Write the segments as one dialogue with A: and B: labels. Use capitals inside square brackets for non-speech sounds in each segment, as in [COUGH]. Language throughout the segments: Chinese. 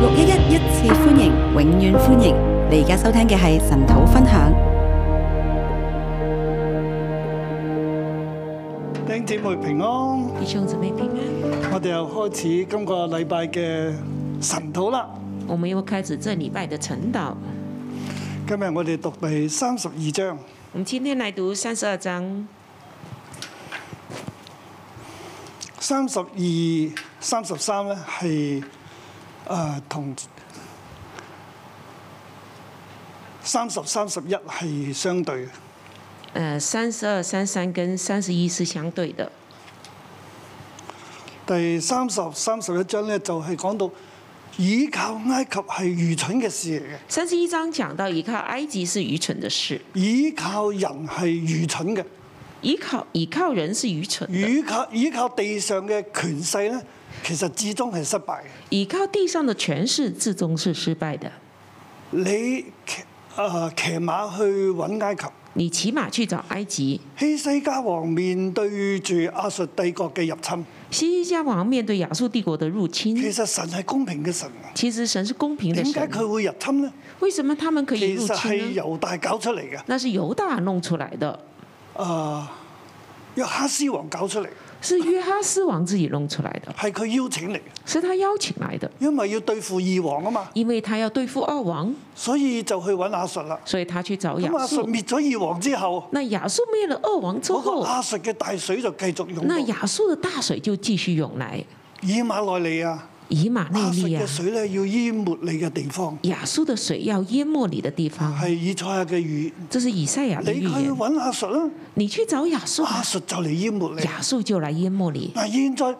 A: 六一一一次歡迎，永遠歡迎！你而家收聽嘅係神土分享。
B: 弟兄姊妹平安，
C: 弟兄姊妹平安，
B: 我哋又開始今個禮拜嘅神土啦。
C: 我们又开始这礼拜的晨祷。
B: 今日我哋讀第三十二章，
C: 我们今天来读三十二章
B: 三十二、三十三咧係誒同三十、三十一係相對嘅。
C: 呃三十二、三三跟三十一是相对的。
B: 第三十、三十一章咧就係講到倚靠埃及係愚蠢嘅事嚟嘅，
C: 三十一章讲到依靠埃及是愚蠢的事，
B: 倚靠人係愚蠢嘅，
C: 依靠依靠人是愚蠢的，
B: 倚靠倚靠地上嘅權勢咧，其實至終係失敗嘅。
C: 依靠地上的权势，最终是失败的。
B: 你騎誒騎馬去揾埃及，
C: 你骑马去找埃及，
B: 希西家王面對住亞述帝國嘅入侵，
C: 西西家王面对亚述帝国的入
B: 其
C: 侵，
B: 實神係公平嘅神，
C: 其实神是公平的
B: 點解
C: 嗯神，
B: 佢會入侵呢？
C: 为什么他们可以
B: 其
C: 入
B: 實係
C: 侵啊呢？
B: 猶大搞出嚟嘅，誒、
C: 那是犹大弄出来的，
B: 約哈斯王搞出嚟，
C: 是约哈斯王自己弄出来的，
B: 係佢邀請嚟嘅，
C: 是他邀请来的。
B: 因為要對付二王啊嘛，
C: 因为他要对付二王，
B: 所以就去揾亞述啦。
C: 所以他去找
B: 咁
C: 亚
B: 亞述
C: 述。
B: 滅咗二王之後，
C: 那亚述灭了二王之
B: 嗰、個
C: 后，
B: 亞述嘅大水就繼續湧
C: 那
B: 到，
C: 亚述的大水就继续涌来，
B: 以馬內利啊，
C: 以马内
B: 亞述
C: 利啊
B: 嘅，水咧要淹沒你嘅地方，
C: 亚述的水要淹没你的地方。
B: 係以賽亞嘅預言。
C: 这是以赛亚的
B: 你
C: 预
B: 去
C: 啊言。
B: 揾阿術啦，
C: 你去找亚述吧
B: 阿，術就嚟淹沒你。
C: 亚述就来淹没你。
B: 嗱，現在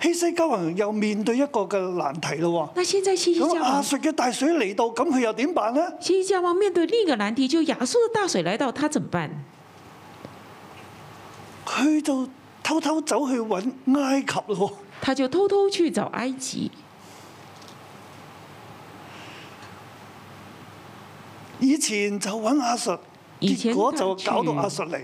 B: 希西家王又面對一個嘅難題咯
C: 那现在西
B: 喎。
C: 西
B: 咁
C: 家
B: 阿
C: 王，
B: 術嘅大水嚟到，咁佢又點辦呢？
C: 西西家王面对另一个难题，就亚述的大水来到，他怎么办？
B: 佢就偷偷走去揾埃及咯
C: 他就偷偷去找埃及。
B: 喎。以前就揾阿術，
C: 以前啊
B: 結果就
C: 佢
B: 搞到
C: 去
B: 阿術嚟。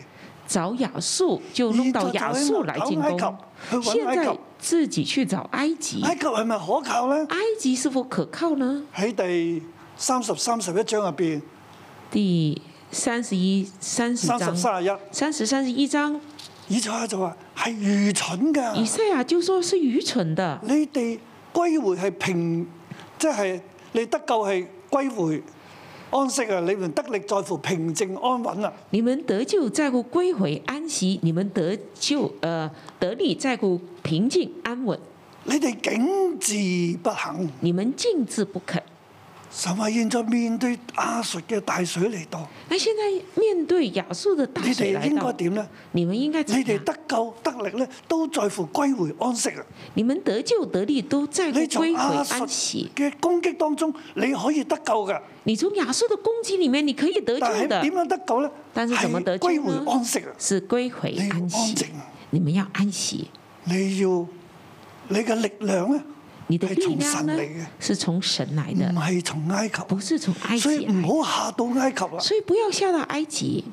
C: 找亚述，就弄到亚述来进
B: 以色列
C: 攻。
B: 找埃及去
C: 现
B: 揾埃及
C: 在自己去找埃及，
B: 埃及係咪可靠呢？
C: 埃及是否可靠呢？
B: 喺第三十三十一章入邊，
C: 第三十一、三十
B: 三十
C: 章、
B: 三十一，
C: 三十三十一章，
B: 以賽亞就話係愚蠢㗎。
C: 以赛亚就说是愚蠢的，
B: 你哋歸回係平，即係你得救係歸回安息啊！你們得力在乎平靜安穩啊！
C: 你们得救在乎归回安息，你们得救呃得力在乎平静安稳，
B: 你哋竟自不肯。
C: 你们静置不肯。
B: 神話現在面對亞述嘅大水嚟到，
C: 那现在面對亚述的大
B: 你
C: 水
B: 哋
C: 来
B: 應該
C: 到，
B: 點呢？
C: 你們應該
B: 你
C: 怎
B: 哋
C: 樣？
B: 得救得力咧，都在乎歸回安息啊！
C: 你們得救得力都在乎
B: 你從
C: 歸回
B: 亞
C: 安
B: 述
C: 息。
B: 嘅攻擊當中，你可以得救嘅，
C: 你從亚述的攻擊裡面，你可以得
B: 但係
C: 救
B: 點
C: 的，
B: 樣得救呢？
C: 但是怎麼
B: 係
C: 得救
B: 歸
C: 呢
B: 回安息啊！
C: 是歸回
B: 你要安
C: 安息
B: 靜。，
C: 你們要安息，
B: 你要你嘅力量咧。
C: 你的力量呢
B: 係從神嚟嘅
C: 是從神來
B: 唔
C: 的，
B: 係從埃及，
C: 不是從埃
B: 所
C: 及
B: 以
C: 來的。
B: 唔好嚇到埃及啦。
C: 所以不要下到埃及，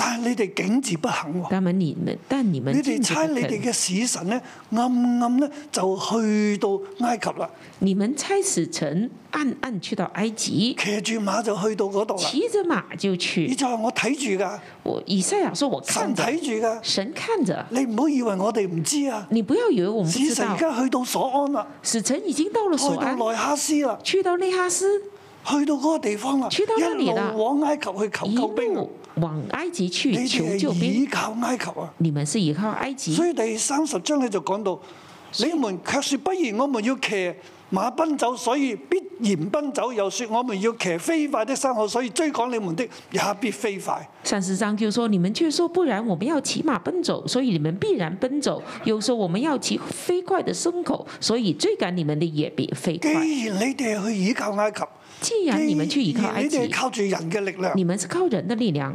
B: 但係你哋竟自不肯喎，
C: 但們你們但你
B: 你
C: 們禁
B: 哋
C: 止
B: 差
C: 不
B: 你
C: 肯，
B: 哋嘅使臣咧，暗暗咧就去到埃及啦，
C: 你們差使臣暗暗去到埃及，
B: 騎住馬就去到嗰度啦。
C: 騎着馬就
B: 你
C: 去。
B: 就係我睇住㗎，
C: 我以赛亚說：“我看
B: 神
C: 着，
B: 睇住㗎，
C: 神看着，
B: 你唔好以為我哋唔知啊。
C: 你不要以為我們不
B: 使
C: 知
B: 臣而
C: 道。
B: 家去到所安啦，
C: 使臣已經到了
B: 去
C: 索
B: 到
C: 安，
B: 內哈斯啦，
C: 去到內哈斯，
B: 去到嗰個地方啦，
C: 去到那
B: 一
C: 裡啦
B: 路往埃及去求
C: 一
B: 救兵啊。
C: 路往埃及去
B: 你
C: 求
B: 哋
C: 救
B: 係
C: 兵。
B: 倚靠埃及啊。
C: 你們是依靠埃及
B: 所，以第三十章咧就講到，你們卻說不然，我們要騎馬奔走，所以必然奔走；又說我們要騎飛快的山河，所以追趕你們的也必飛快。
C: 三十章就說：你們却說不然，我們要騎馬奔走，所以你們必然奔走；又说我們要骑飞快的牲口，所以追趕你們的也必飞快。
B: 既然你哋去倚靠埃及，
C: 嗯既
B: 既
C: 然你們去依靠
B: 然
C: 埃
B: 你哋
C: 及
B: 係，靠住人嘅力量，
C: 你們是靠人的力量。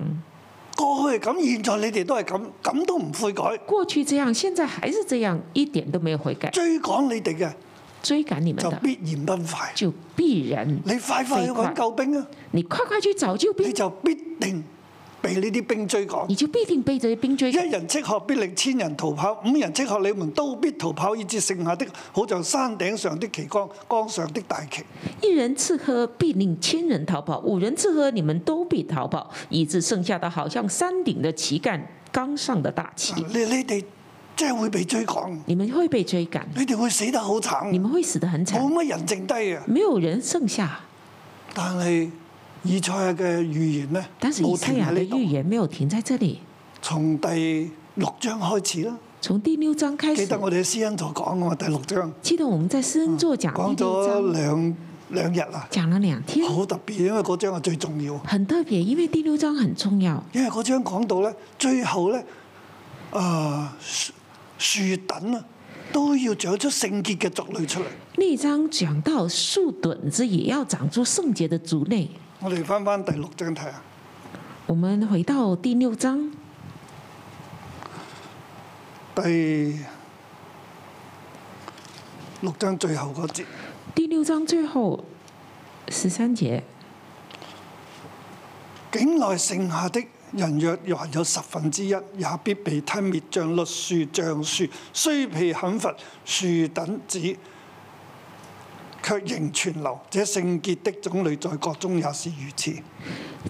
B: 過去係咁，現在你哋都係咁，咁都唔悔改。
C: 過去這樣，現在還是這樣，一點都沒有悔改。
B: 追趕你哋嘅
C: 追趕你們
B: 就
C: 的，
B: 必然奔快。
C: 就必然
B: 你快快去
C: 飛快
B: 揾救兵啊，
C: 你快快去找救
B: 你
C: 兵，
B: 就必定被呢啲兵追趕。
C: 你就必定被这些兵追赶。
B: 一人斥喝，必令千人逃跑；五人斥喝，你們都必逃跑，以致剩下的好像山頂上的旗杆，江上的大旗。
C: 一人吃喝，必令千人逃跑；五人吃喝，你们都必逃跑，以致剩下的好像山顶的旗杆，冈上的大旗。
B: 你你哋真係會被追趕，
C: 你们会被追赶，
B: 你哋會死得好
C: 你
B: 慘，
C: 们会死得很
B: 冇
C: 惨，
B: 乜人剩低啊！
C: 没有人剩下。
B: 但係以賽亞嘅預言呢，
C: 但是以
B: 冇
C: 赛
B: 停
C: 亚
B: 喺
C: 的
B: 呢
C: 预
B: 度，
C: 言没有停在这里，
B: 從第六章開始啦。
C: 从第六章开
B: 記
C: 始
B: 得，我哋喺施恩所講嘅嘛，第六章
C: 记得我们在施恩座讲
B: 講
C: 第六
B: 咗
C: 章
B: 兩兩日啦，
C: 讲了兩天，
B: 嗯好特別，因為嗰章係最重要。
C: 很特别，因为第六章很重要。
B: 因為嗰章講到咧，最後咧，啊、樹樹等啊，都要長出聖潔嘅族類出嚟。
C: 那一章讲到树墩子也要长出圣洁的族类。
B: 我哋翻翻第六章睇下，
C: 我们回到第六章
B: 第六章最後嗰節，
C: 第六章最后十三节，
B: 境內剩下的人若還有十分之一，也必被吞滅，像栗樹、橡樹，雖被砍伐，樹等子卻仍存留。這聖潔的種類在國中也是如此。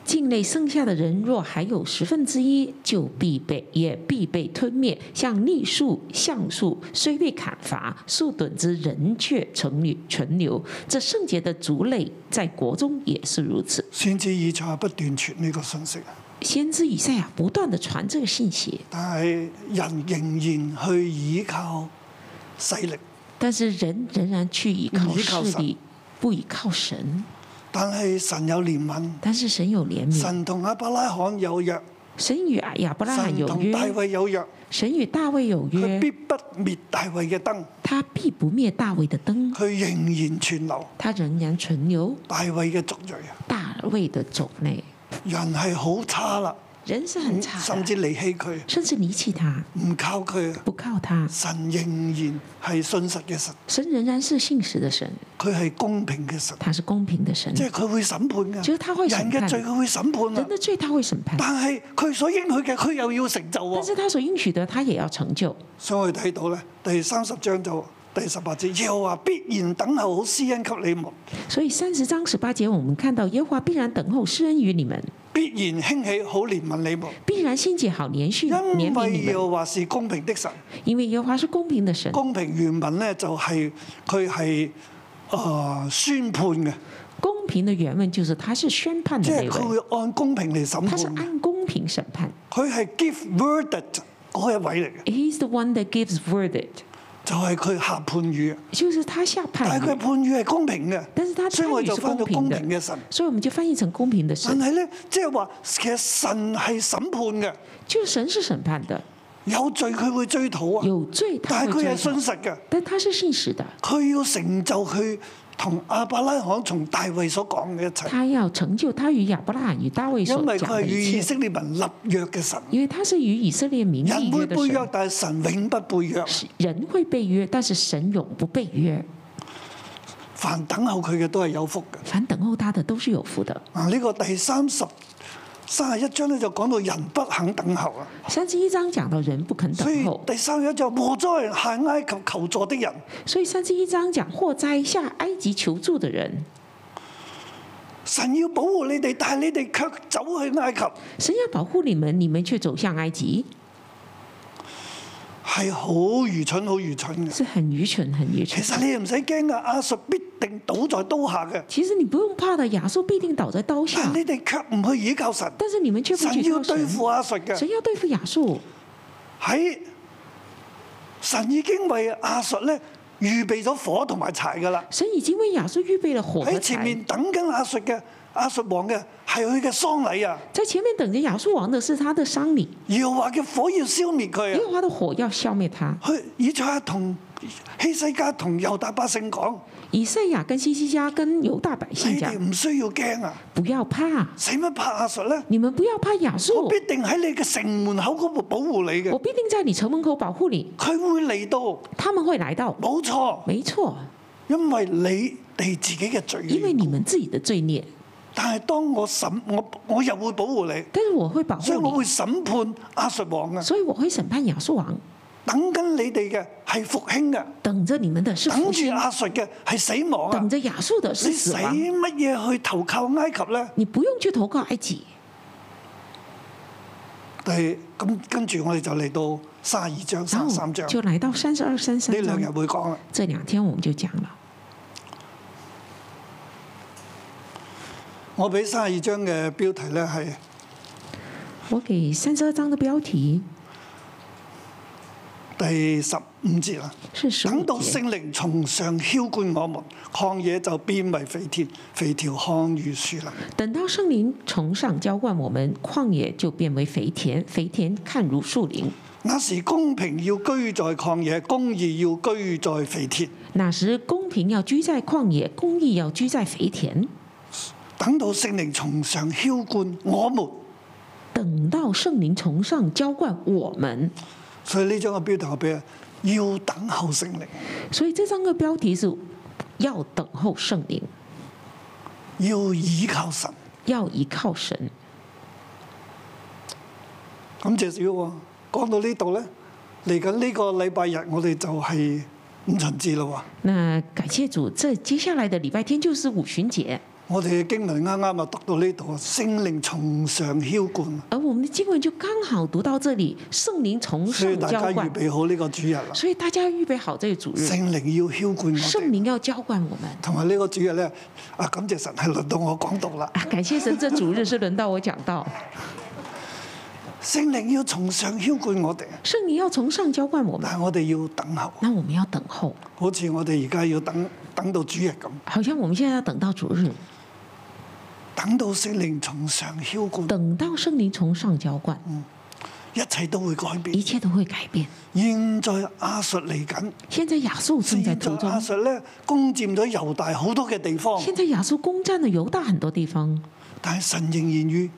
C: 境内剩下的人若还有十分之一，就必被也必被吞灭。像栗树、橡树虽被砍伐，树墩子仍却存留存留。这圣洁的族类在国中也是如此。
B: 先知以賽亞不斷傳呢個信息，
C: 先知以赛亚不断的传这个信息，
B: 但係人仍然去倚靠勢力，
C: 但是人仍然去依靠
B: 依靠
C: 势
B: 神
C: 力，不依靠神。
B: 但係神有憐憫，
C: 但是神有怜悯，
B: 神同亞伯拉罕有約，
C: 神与亚伯拉罕
B: 神
C: 有
B: 同大
C: 约，
B: 衛有約，
C: 神与大卫有
B: 佢
C: 约
B: 必，不滅大衛嘅燈，
C: 他必不灭大卫的灯，
B: 佢仍然存留
C: 他仍然存留
B: 大衛嘅族裔啊！
C: 大卫的种类。
B: 人係好差啦，
C: 人是很差
B: 甚
C: 的，
B: 至離棄佢，
C: 甚至离弃他，
B: 唔靠佢啊。
C: 不靠他，
B: 神仍然係信實嘅神，
C: 神仍然是信实的神，
B: 佢係公平嘅神，
C: 他是公平的神
B: 即。係佢會審判
C: 即係佢會
B: 㗎。
C: 審
B: 人
C: 判
B: 嘅罪佢會審判啊
C: 人。的罪他会审判，
B: 但係佢所應許嘅，佢又要成就
C: 但
B: 喎。
C: 是他所应许的，他也要成就。
B: 所以我哋睇到咧，第三十章就第十八節，耶和華必然等候好施恩給你們，
C: 所以三十章十八节，我们看到耶和华必然等候施恩于你们，
B: 必然興起好憐憫你們，
C: 必然兴起好连续怜
B: 因
C: 悯
B: 為
C: 你
B: 耶
C: 们，
B: 和華是公平的神。
C: 因为耶和华是公平的神。
B: 公平原文咧就係佢係誒宣判嘅，
C: 公平的原文就是他是宣判
B: 即
C: 的
B: 係
C: 那
B: 佢
C: 位，
B: 會按公平嚟審
C: 他是
B: 判嘅。
C: 按公平审判。
B: 佢係 give verdict 嗰一位嚟嘅，
C: He's the one that gives verdict，
B: 就係、佢下判語，
C: 就是他下判
B: 但係
C: 語。
B: 佢判語係公平嘅，
C: 但是嗯他
B: 哎所以
C: 参
B: 我
C: 与
B: 就是翻
C: 公
B: 咗
C: 平
B: 公平啊
C: 的，
B: 嘅神。
C: 所以我们就翻译成公平的
B: 但
C: 神，
B: 係咧，即係話其實神係審判嘅，
C: 就是神是审判的，
B: 有罪佢會追討啊。
C: 有罪他
B: 但係
C: 会
B: 佢係
C: 追
B: 信
C: 討，
B: 實嘅，
C: 但他是信实的，
B: 佢要成就佢同亞伯拉罕同大衛所講嘅一切，
C: 他要成就他与亚伯拉罕与大卫所
B: 因為
C: 讲
B: 佢係
C: 的
B: 與
C: 一
B: 以
C: 切，
B: 色列民立約嘅神。
C: 因为他是与以色列民立
B: 人
C: 约
B: 會
C: 的
B: 背約
C: 神，，
B: 但係神永不背約。
C: 是人会被约，但是神永不被约，
B: 凡等候佢嘅都係有福嘅。
C: 凡等候他的都是有福的。
B: 啊，呢個第三十三十一章咧就講到人不肯等候啊，
C: 三十一章讲到人不肯
B: 所以
C: 等候，
B: 第三十一章禍災下埃及求助的人，
C: 所以三十一章讲祸灾下埃及求助的人，
B: 神要保護你哋，但係你哋卻走去埃及，
C: 神要保护你们，你们却走向埃及，
B: 係好愚蠢，好愚蠢嘅。
C: 是很愚蠢，很愚
B: 其
C: 蠢。
B: 實你唔使驚噶，亞述必定倒在刀下嘅，
C: 其实你不用怕的，亚述必定倒在刀
B: 但
C: 下
B: 你，哋卻唔去倚靠神，
C: 但是你们却不去
B: 啊神要
C: 靠
B: 對
C: 神，
B: 付亞述嘅。
C: 神要对付亚述，
B: 喺神已經為亞述咧預備咗火同埋柴噶啦，
C: 神已经为亚述预备了火
B: 喺
C: 和
B: 前
C: 柴
B: 面。等緊亞述嘅亞述王嘅係佢嘅喪禮啊！
C: 在前面等着亚述王的是他的丧礼，
B: 耶和華嘅火要消滅佢
C: 耶和
B: 啊！
C: 华的火要消灭他。
B: 佢以賽亞同希西家同猶大百姓講：
C: 以赛亚跟西西家跟犹大百姓
B: 你
C: 讲
B: 哋，唔需要驚啊！
C: 不要怕，
B: 使乜怕亞述咧？
C: 你们不要怕亚
B: 我
C: 述
B: 必，定喺你嘅城門口嗰度保護你
C: 我
B: 嘅。
C: 必定在你城门口保护你，
B: 佢會嚟到，
C: 他们会来到。
B: 冇錯，
C: 没错，
B: 因為你哋自己嘅罪。
C: 因为你们自己的罪孽，
B: 但係當我審我，我又會保護你，
C: 但是我會保
B: 所以我
C: 護
B: 會
C: 你，
B: 審判阿述王啊！
C: 哦所以我會審判亞述王，
B: 等緊你哋嘅係復興嘅，
C: 等着你們的是
B: 等
C: 福
B: 住
C: 音，
B: 阿述嘅係死亡啊
C: 等！着亞述的是
B: 你使
C: 死亡。
B: 乜嘢去投靠埃及咧？
C: 你不用去投靠埃及。
B: 係咁，跟住我哋就嚟到三十二章、
C: 然
B: 三十
C: 後
B: 三章，
C: 哦
B: 呢
C: 就來到三十二、三三
B: 兩日
C: 章，
B: 會講啦。
C: 這兩天我們就講了。
B: 我俾三十二章嘅標題咧係
C: 我給三十二章的標題
B: 第十五節啦。
C: 是十五
B: 等到聖
C: 節，
B: 靈從上澆灌我們，曠野就變為肥田，肥條看如樹林。
C: 等到聖靈從上澆灌我們，曠野就變為肥田，肥田看如樹林。
B: 那時公平要居在曠野，公義要居在肥田。
C: 那时公平要居在旷野，公义要居在肥田。
B: 等到聖靈從上澆灌我們，
C: 等到圣灵从上浇灌我們，
B: 所以呢張嘅標題我俾啊，要等候聖靈，
C: 所以這章的標題是要等候聖靈，
B: 要倚靠神。
C: 要依靠神。
B: 咁謝少喎，講到呢度咧，嚟緊呢個禮拜日我哋就係五旬節啦喎。
C: 那感謝主，這接下來的禮拜天就是五旬節，
B: 我哋嘅經文啱啱啊讀到呢度啊，聖靈從上澆灌，
C: 而我們的經文就剛好讀到這裡，聖靈從
B: 所
C: 上
B: 以大家
C: 澆
B: 預
C: 灌，
B: 備好呢個主日啦。
C: 所以大家預備好這個主日，
B: 聖靈要澆灌我
C: 聖
B: 哋，
C: 靈要澆灌我們。
B: 同埋呢個主日咧，啊感謝神係輪到我講道啦。
C: 啊，感謝神，這主日是輪到我講到，
B: 聖靈要從上澆灌我哋，
C: 聖靈要從上澆灌我們，
B: [LAUGHS] 但係我哋要等候，
C: 那我們要等候。
B: 好似我哋而家要等等到主日咁，
C: 好像我們現在要等到主日，
B: 等到聖靈從上澆灌，
C: 等到聖靈從上澆灌，
B: 嗯一切都會改
C: 一
B: 變。
C: 切都會改變。
B: 現在亞述嚟緊，
C: 現在亞述正在
B: 現在
C: 途中，
B: 亞述咧攻佔咗猶大好多嘅地方，
C: 現在亞述攻占了猶大很多地方，
B: 嗯但係神仍然與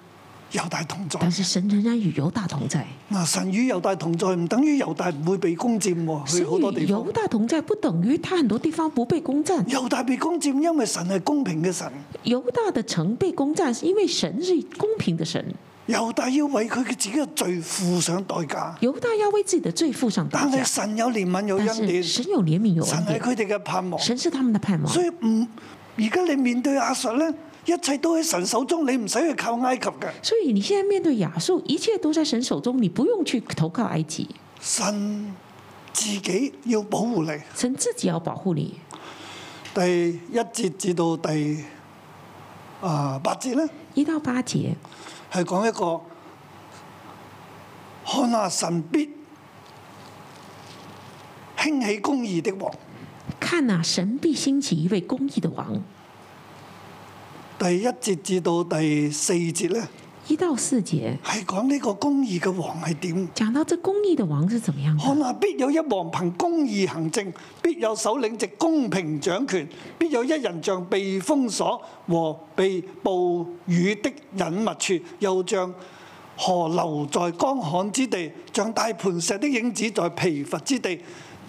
B: 猶大同在。
C: 但是神仍然與猶大同在。
B: 嗱，神與猶大同在唔等於猶大唔會被攻佔喎，
C: 神
B: 去好多地
C: 與
B: 方
C: 猶。大同在，不等於他很多地方不被攻占。
B: 猶大被攻佔，因為神係公平嘅神。
C: 猶大的城被攻占，是因為神是公平的神。
B: 猶大要為佢嘅自己嘅罪付上代價，
C: 猶大要為自己的罪付上代
B: 但係
C: 價，
B: 神有憐憫有
C: 但
B: 恩典，
C: 是
B: 神
C: 神有憐憫，有恩
B: 係
C: 典，
B: 佢哋嘅盼望。
C: 神是他們的盼望。
B: 所以唔而家你面對亞述咧，一切都喺神手中，你唔使去靠埃及嘅。
C: 所以你現在面對亞述，一切都在神手中，你不用去投靠埃及，
B: 神自己要保護你。
C: 神自己要保護你。
B: 第一節至到第啊八節咧，
C: 一到八節
B: 係講一個看下神必興起公義的王。
C: 看呐、神必興起一位公義的王。
B: 第一節至到第四節咧。
C: 一到四節
B: 係講呢個公義嘅王係點？
C: 講到這公義的王是怎麼樣
B: 看
C: 的？
B: 下必有一王憑公義行政，必有首領藉公平掌權，必有一人像被封鎖和被暴雨的隱密處，又像河流在乾旱之地，像大磐石的影子在疲乏之地。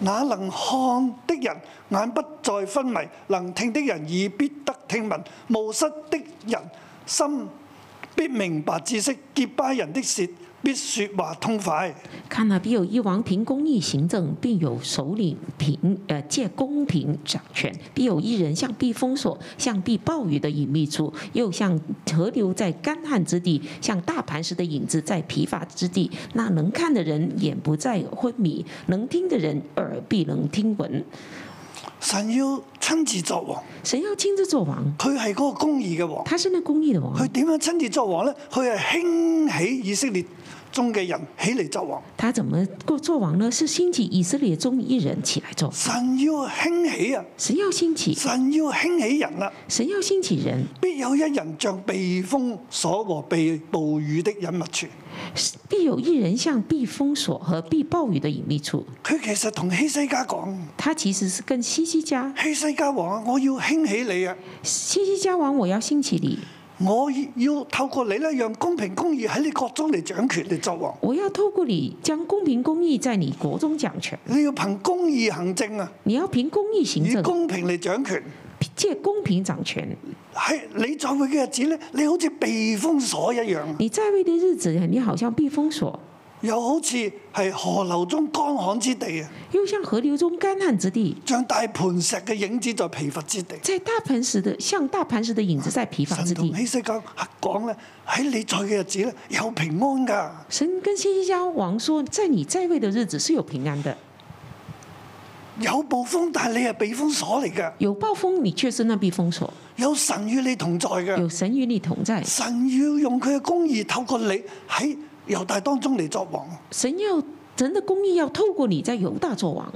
B: 那能看的人眼不再昏迷，能聽的人耳必得聽聞，無失的人心必明白知識，結巴人的舌必説話通快。
C: 看呐、必有一王憑公義行政，必有首領憑呃借公平掌權，必有一人像避封锁，像避暴雨的隱秘處，又像河流在干旱之地，像大磐石的影子在疲乏之地。那能看的人眼不再昏迷，能聽的人耳必能聽聞。
B: 神要親自作王，
C: 神要親自做王，
B: 佢係嗰個公義嘅王。
C: 他是那公義的王。
B: 佢點樣親自作王呢？佢係興起以色列中嘅人起嚟作王。
C: 他怎么做做王呢？是兴起以色列中一人起来做，
B: 神要興起啊！
C: 神要兴起，
B: 神要興起人啦、
C: 神要兴起人，
B: 必有一人像避風所和被暴雨的隱密處。
C: 必有一人像避封锁和避暴雨的隐秘处。
B: 佢其實同希西家講：
C: 他其实是跟西西家，
B: 希西家王啊，我要興起你啊！
C: 西西家王，我要兴起你，
B: 我要透過你咧，讓公平公義喺你國中嚟掌權嚟作王。
C: 我要透过你将公平公义在你国中掌权。
B: 你要憑公義行政啊，
C: 你要凭公义行
B: 以
C: 政，
B: 公平嚟掌權。
C: 借公平掌权。
B: 喺你在位嘅日子咧，你好似避封所一樣，啊
C: 你在位的日子，你好像避封所，
B: 又好似係河流中乾旱之地啊，
C: 又像河流中干旱之地，
B: 像大磐石嘅影子在疲乏之地。
C: 在大磐石的像大磐石的影子在疲乏之
B: 神
C: 地
B: 同。希西家講咧，喺你在嘅日子咧有平安㗎。
C: 神跟西西家王说，在你在位的日子是有平安的，
B: 有暴風，但係你係避風所嚟嘅，
C: 有暴风你却是那避风所，
B: 有神與你同在嘅。
C: 有神与你同在，
B: 神要用佢嘅公義透過你喺猶大當中嚟作王。
C: 神要神的公义要透过你在犹大作王，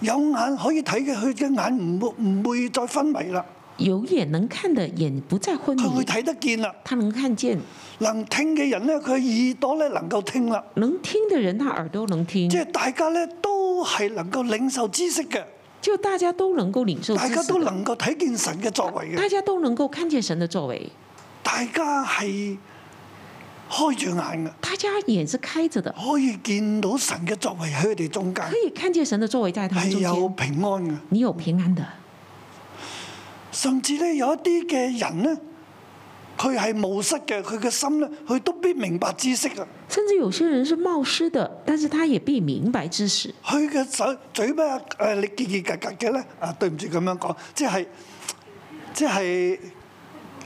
B: 有眼可以睇嘅，佢嘅眼唔會唔會再昏迷啦，
C: 有眼能看的眼不再昏
B: 佢會
C: 迷，
B: 睇得見啦。
C: 他能看见，
B: 能聽嘅人咧，佢耳朵咧能夠聽啦。
C: 能听的人他耳朵能听
B: 即，係大家咧都係能夠領受知識嘅，
C: 就大家都能够领受知
B: 大
C: 识
B: 家
C: 的，
B: 都能夠睇見神嘅作為嘅，
C: 大家都能够看见神的作为，
B: 大家係開住眼嘅，
C: 大家眼是开着的，
B: 可以見到神嘅作為喺佢哋中間
C: 可，以看见神的作为在他
B: 係
C: 们中
B: 有
C: 间，
B: 平安嘅。
C: 你有平安的，
B: 甚至咧有一啲嘅人咧，佢係無失嘅，佢嘅心咧，佢都必明白知識啊！
C: 甚至有些人是冒失的，但是他也必明白知识。
B: 佢嘅嘴嘴巴誒，你結結格格嘅咧，啊對唔住咁樣講，即係即係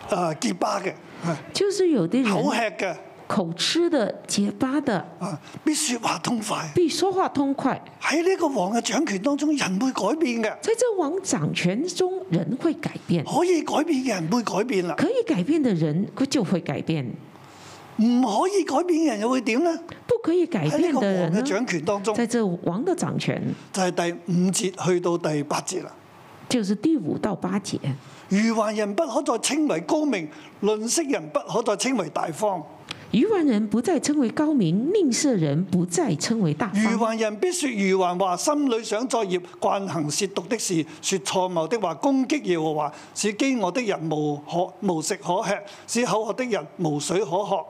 B: 誒結巴嘅，啊
C: 就是有的
B: 口
C: 人
B: 吃嘅，
C: 口吃的、结巴的，
B: 啊必説話通快。
C: 必说话痛快。
B: 喺呢個王嘅掌權當中，人會改變嘅，
C: 在这王掌权中，人会改变，
B: 可以改變嘅人會改變啦，
C: 可以改变的人就会改变，
B: 唔可以改變嘅人又會點咧？
C: 不可以改
B: 喺呢
C: 变
B: 個
C: 的人
B: 王嘅
C: 呢？
B: 掌權當中，
C: 在这王的掌权，
B: 就係第五節去到第八節啦。
C: 就是第五到八节。
B: 愚頑人不可再稱為高明，吝惜人不可再稱為大方。
C: 愚顽人不再称为高明，吝啬人不再称为大
B: 愚
C: 方。
B: 頑人必說愚頑話，心裏想作孽，慣行褻瀆的事，說錯謬的話，攻擊耶和華，使飢餓的人無可無食可吃，使口渴的人無水可喝。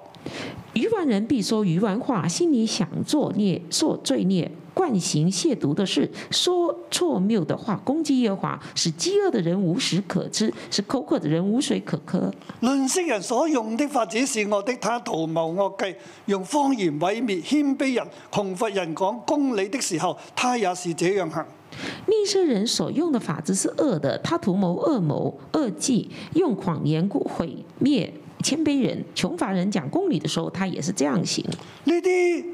C: 愚顽人必说愚顽话，心里想作孽，做罪孽，惯行亵渎的事，说错谬的话，攻击耶和华，使饥饿的人无食可吃，使口渴的人无水可喝。
B: 吝惜人所用的法子是惡的，他圖謀惡計，用謊言毀滅謙卑人，窮乏人講公理的時候，他也是這樣行。
C: 吝啬人所用的法子是恶的，他图谋恶谋恶计，用谎言故毁灭谦卑人、穷乏人讲公理的时候，他也是这样行。
B: 呢啲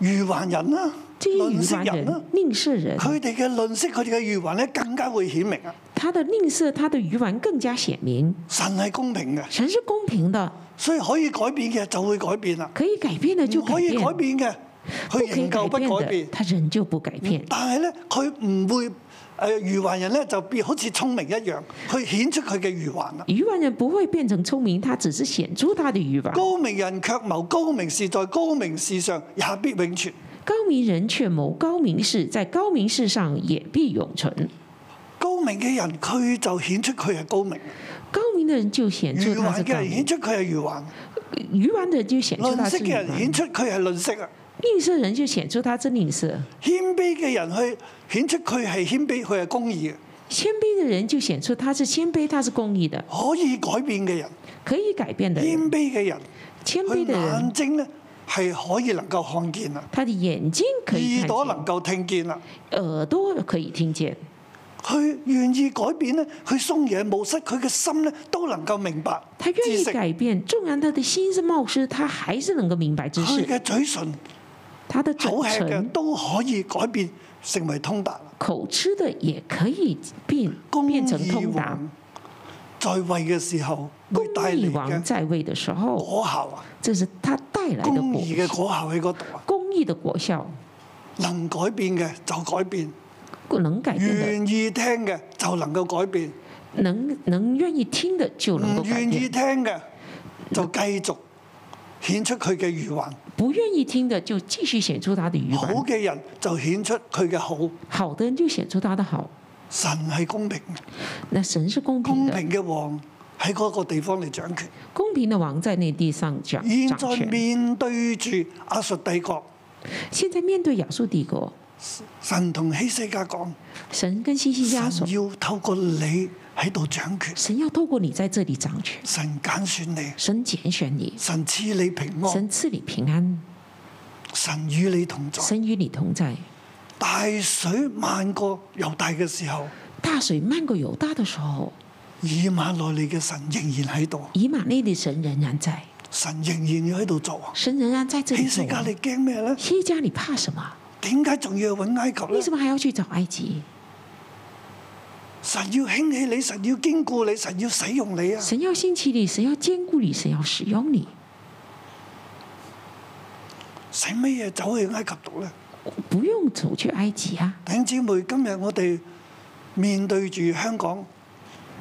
B: 愚頑人啦、
C: 这些
B: 吝
C: 愚
B: 惜
C: 顽
B: 人啦、
C: 人、吝啬人，
B: 佢哋嘅論識，佢哋嘅語環咧更加會顯明啊！
C: 他的吝啬、他的愚顽更加显明。
B: 神係公平嘅，
C: 神是公平的，
B: 所以可以改變嘅就會改變啦，
C: 可以改变的就
B: 唔嗯可
C: 改
B: 以
C: 变，
B: 改變嘅，
C: 不
B: 佢
C: 可以
B: 仍舊
C: 改
B: 不改
C: 变的
B: 變，。
C: 他仍旧不改变。
B: 但係咧，佢唔會誒、呃、愚頑人咧就變好似聰明一樣，佢顯出佢嘅愚頑啦。
C: 愚顽人不会变成聪明，他只是显出他的愚顽。
B: 高明人卻謀高明事，在高明事上也必永存。
C: 高明人却谋高明事，在高明事上也必永存。
B: 高明嘅人佢就顯出佢係高明，
C: 高明的人就显
B: 愚
C: 出他
B: 頑
C: 是
B: 嘅
C: 高
B: 人
C: 明
B: 顯，出佢係愚頑，
C: 愚顽的人就显出
B: 吝
C: 他
B: 惜
C: 是愚
B: 嘅
C: 顽，
B: 人顯出佢係吝惜啊。
C: 吝啬人就显出他是吝啬，
B: 謙卑嘅人去顯出佢係謙卑，佢係公義嘅，
C: 谦卑的人就显出他是谦卑，他是公义的，
B: 可以改變嘅人，
C: 可以改变的人，
B: 謙卑嘅人，
C: 谦卑
B: 佢
C: 的人
B: 眼。睛咧係可以能夠看見啦，
C: 他的眼睛可以看
B: 耳朵
C: 见
B: 能，夠聽見啦，
C: 耳朵可以听见。
B: 佢願意改變咧，佢鬆嘢冇失，佢嘅心咧都能夠明白
C: 他愿
B: 知
C: 意
B: 識，
C: 改变，纵然他的心是冒失，他还是能够明白知
B: 佢
C: 识。
B: 嘅嘴唇、
C: 他的嘴
B: 口吃嘅
C: 唇、
B: 都可以改變成為通達啦，
C: 口吃的也可以变
B: 公
C: 变成通
B: 義
C: 达。
B: 王在位嘅時候
C: 公
B: 會帶
C: 义
B: 嚟
C: 王
B: 嘅
C: 在位的时候，
B: 果效啊，
C: 这是他带来的
B: 公
C: 果
B: 義嘅
C: 效。
B: 果效喺嗰度啊，
C: 公义的果效，
B: 能改變嘅就改變。
C: 能改变的，
B: 願意聽嘅就能夠改變，
C: 能能愿意听的就能
B: 唔
C: 够改
B: 願嗯意
C: 变，
B: 聽嘅就繼續顯出佢嘅愚頑。
C: 不愿意听的就继续显出他的愚
B: 好
C: 顽。
B: 嘅人就顯出佢嘅好。
C: 好的人就显出他的好。
B: 神係公平嘅，
C: 那神是公平
B: 公
C: 的，
B: 平嘅王喺嗰個地方嚟掌權。
C: 公平的王在那地上掌
B: 現
C: 掌
B: 在
C: 权。
B: 面對住亞述帝國，
C: 现在面对亚述帝国，
B: 神同希西家講：
C: 神跟西西家说
B: 神，要透過你喺度掌權，
C: 神要透過你在這裡掌權，
B: 神揀選你，
C: 神揀選你，
B: 神賜你平安，
C: 神賜你平安，
B: 神與你同在。
C: 神與你同在。
B: 大水漫過猶大嘅時候，
C: 大水漫過猶大的時候，
B: 以馬內利嘅神仍然喺度，
C: 以馬內利神仍然在，
B: 神仍然要喺度做。
C: 神仍然在這
B: 希
C: 裡做
B: 西家
C: 王。
B: 你驚咩呢？
C: 西西家你怕什麼？
B: 點解仲要揾埃及
C: 為什
B: 呢？
C: 麼還要去找埃及？
B: 神要興起你，神要堅固你，神要使用你啊！
C: 神要興起你，神要堅固你，神要使用你，
B: 使乜嘢走去埃及度呢？
C: 不用走去埃及啊！
B: 弟兄姊妹，今日我哋面對住香港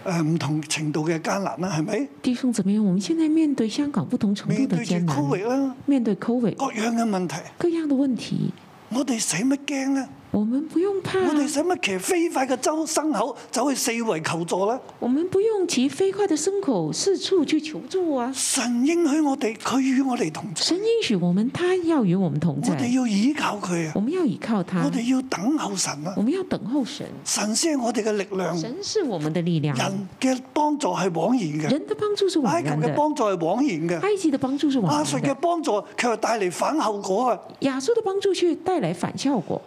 B: 誒唔、同程度嘅艱難啦，係咪？
C: 弟兄姊妹，我們現在面對香港不同程度
B: 面
C: 的
B: 對住
C: 艱難，
B: Covid 啦，
C: 面對 COVID
B: 各樣嘅問題，
C: 各樣的問題，
B: 我哋使乜驚呢？
C: 我們不用怕啊，
B: 我哋使乜騎飛快嘅周牲口走去四圍求助呢？
C: 我們不用騎飛快的牲口四處去求助啊！
B: 神應許我哋，佢與我哋同在，
C: 神應許我們，他要與我們同
B: 我哋
C: 在，
B: 要依靠佢啊！
C: 我們要倚靠他
B: 我，哋要等候神啊
C: 我！們要等候神，
B: 神先係我哋嘅力量，
C: 神是我們的力量，
B: 嗯人嘅幫助係枉然嘅，
C: 人的幫助是
B: 埃
C: 枉
B: 及
C: 然
B: 嘅
C: 的，
B: 幫助啊係枉然嘅，
C: 埃及的幫助是
B: 亞
C: 枉
B: 述
C: 然
B: 嘅
C: 的，
B: 幫助卻係帶嚟反後果啊！
C: 亞述的幫助卻帶來反效果。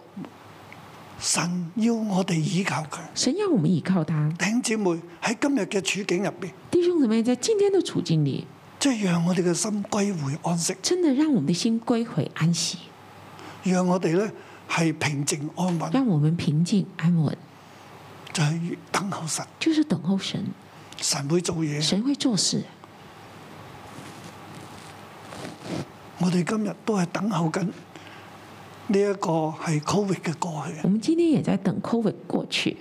B: 神要我哋倚靠佢。
C: 神要我們倚靠他，
B: 弟兄姊妹喺今日嘅處境入邊，
C: 弟兄姊妹，在今天的處境裡，
B: 即係讓我哋嘅心歸回安息，
C: 真的讓我們的心歸回安息，
B: 讓我哋咧係平靜安穩，
C: 讓我們平靜安穩，
B: 就係等候神，
C: 就是等候神，
B: 神會做嘢。
C: 神會做事。
B: 我哋今日都係等候緊呢一個係 Covid 嘅過去，
C: 我們今天也在等 COVID 過去，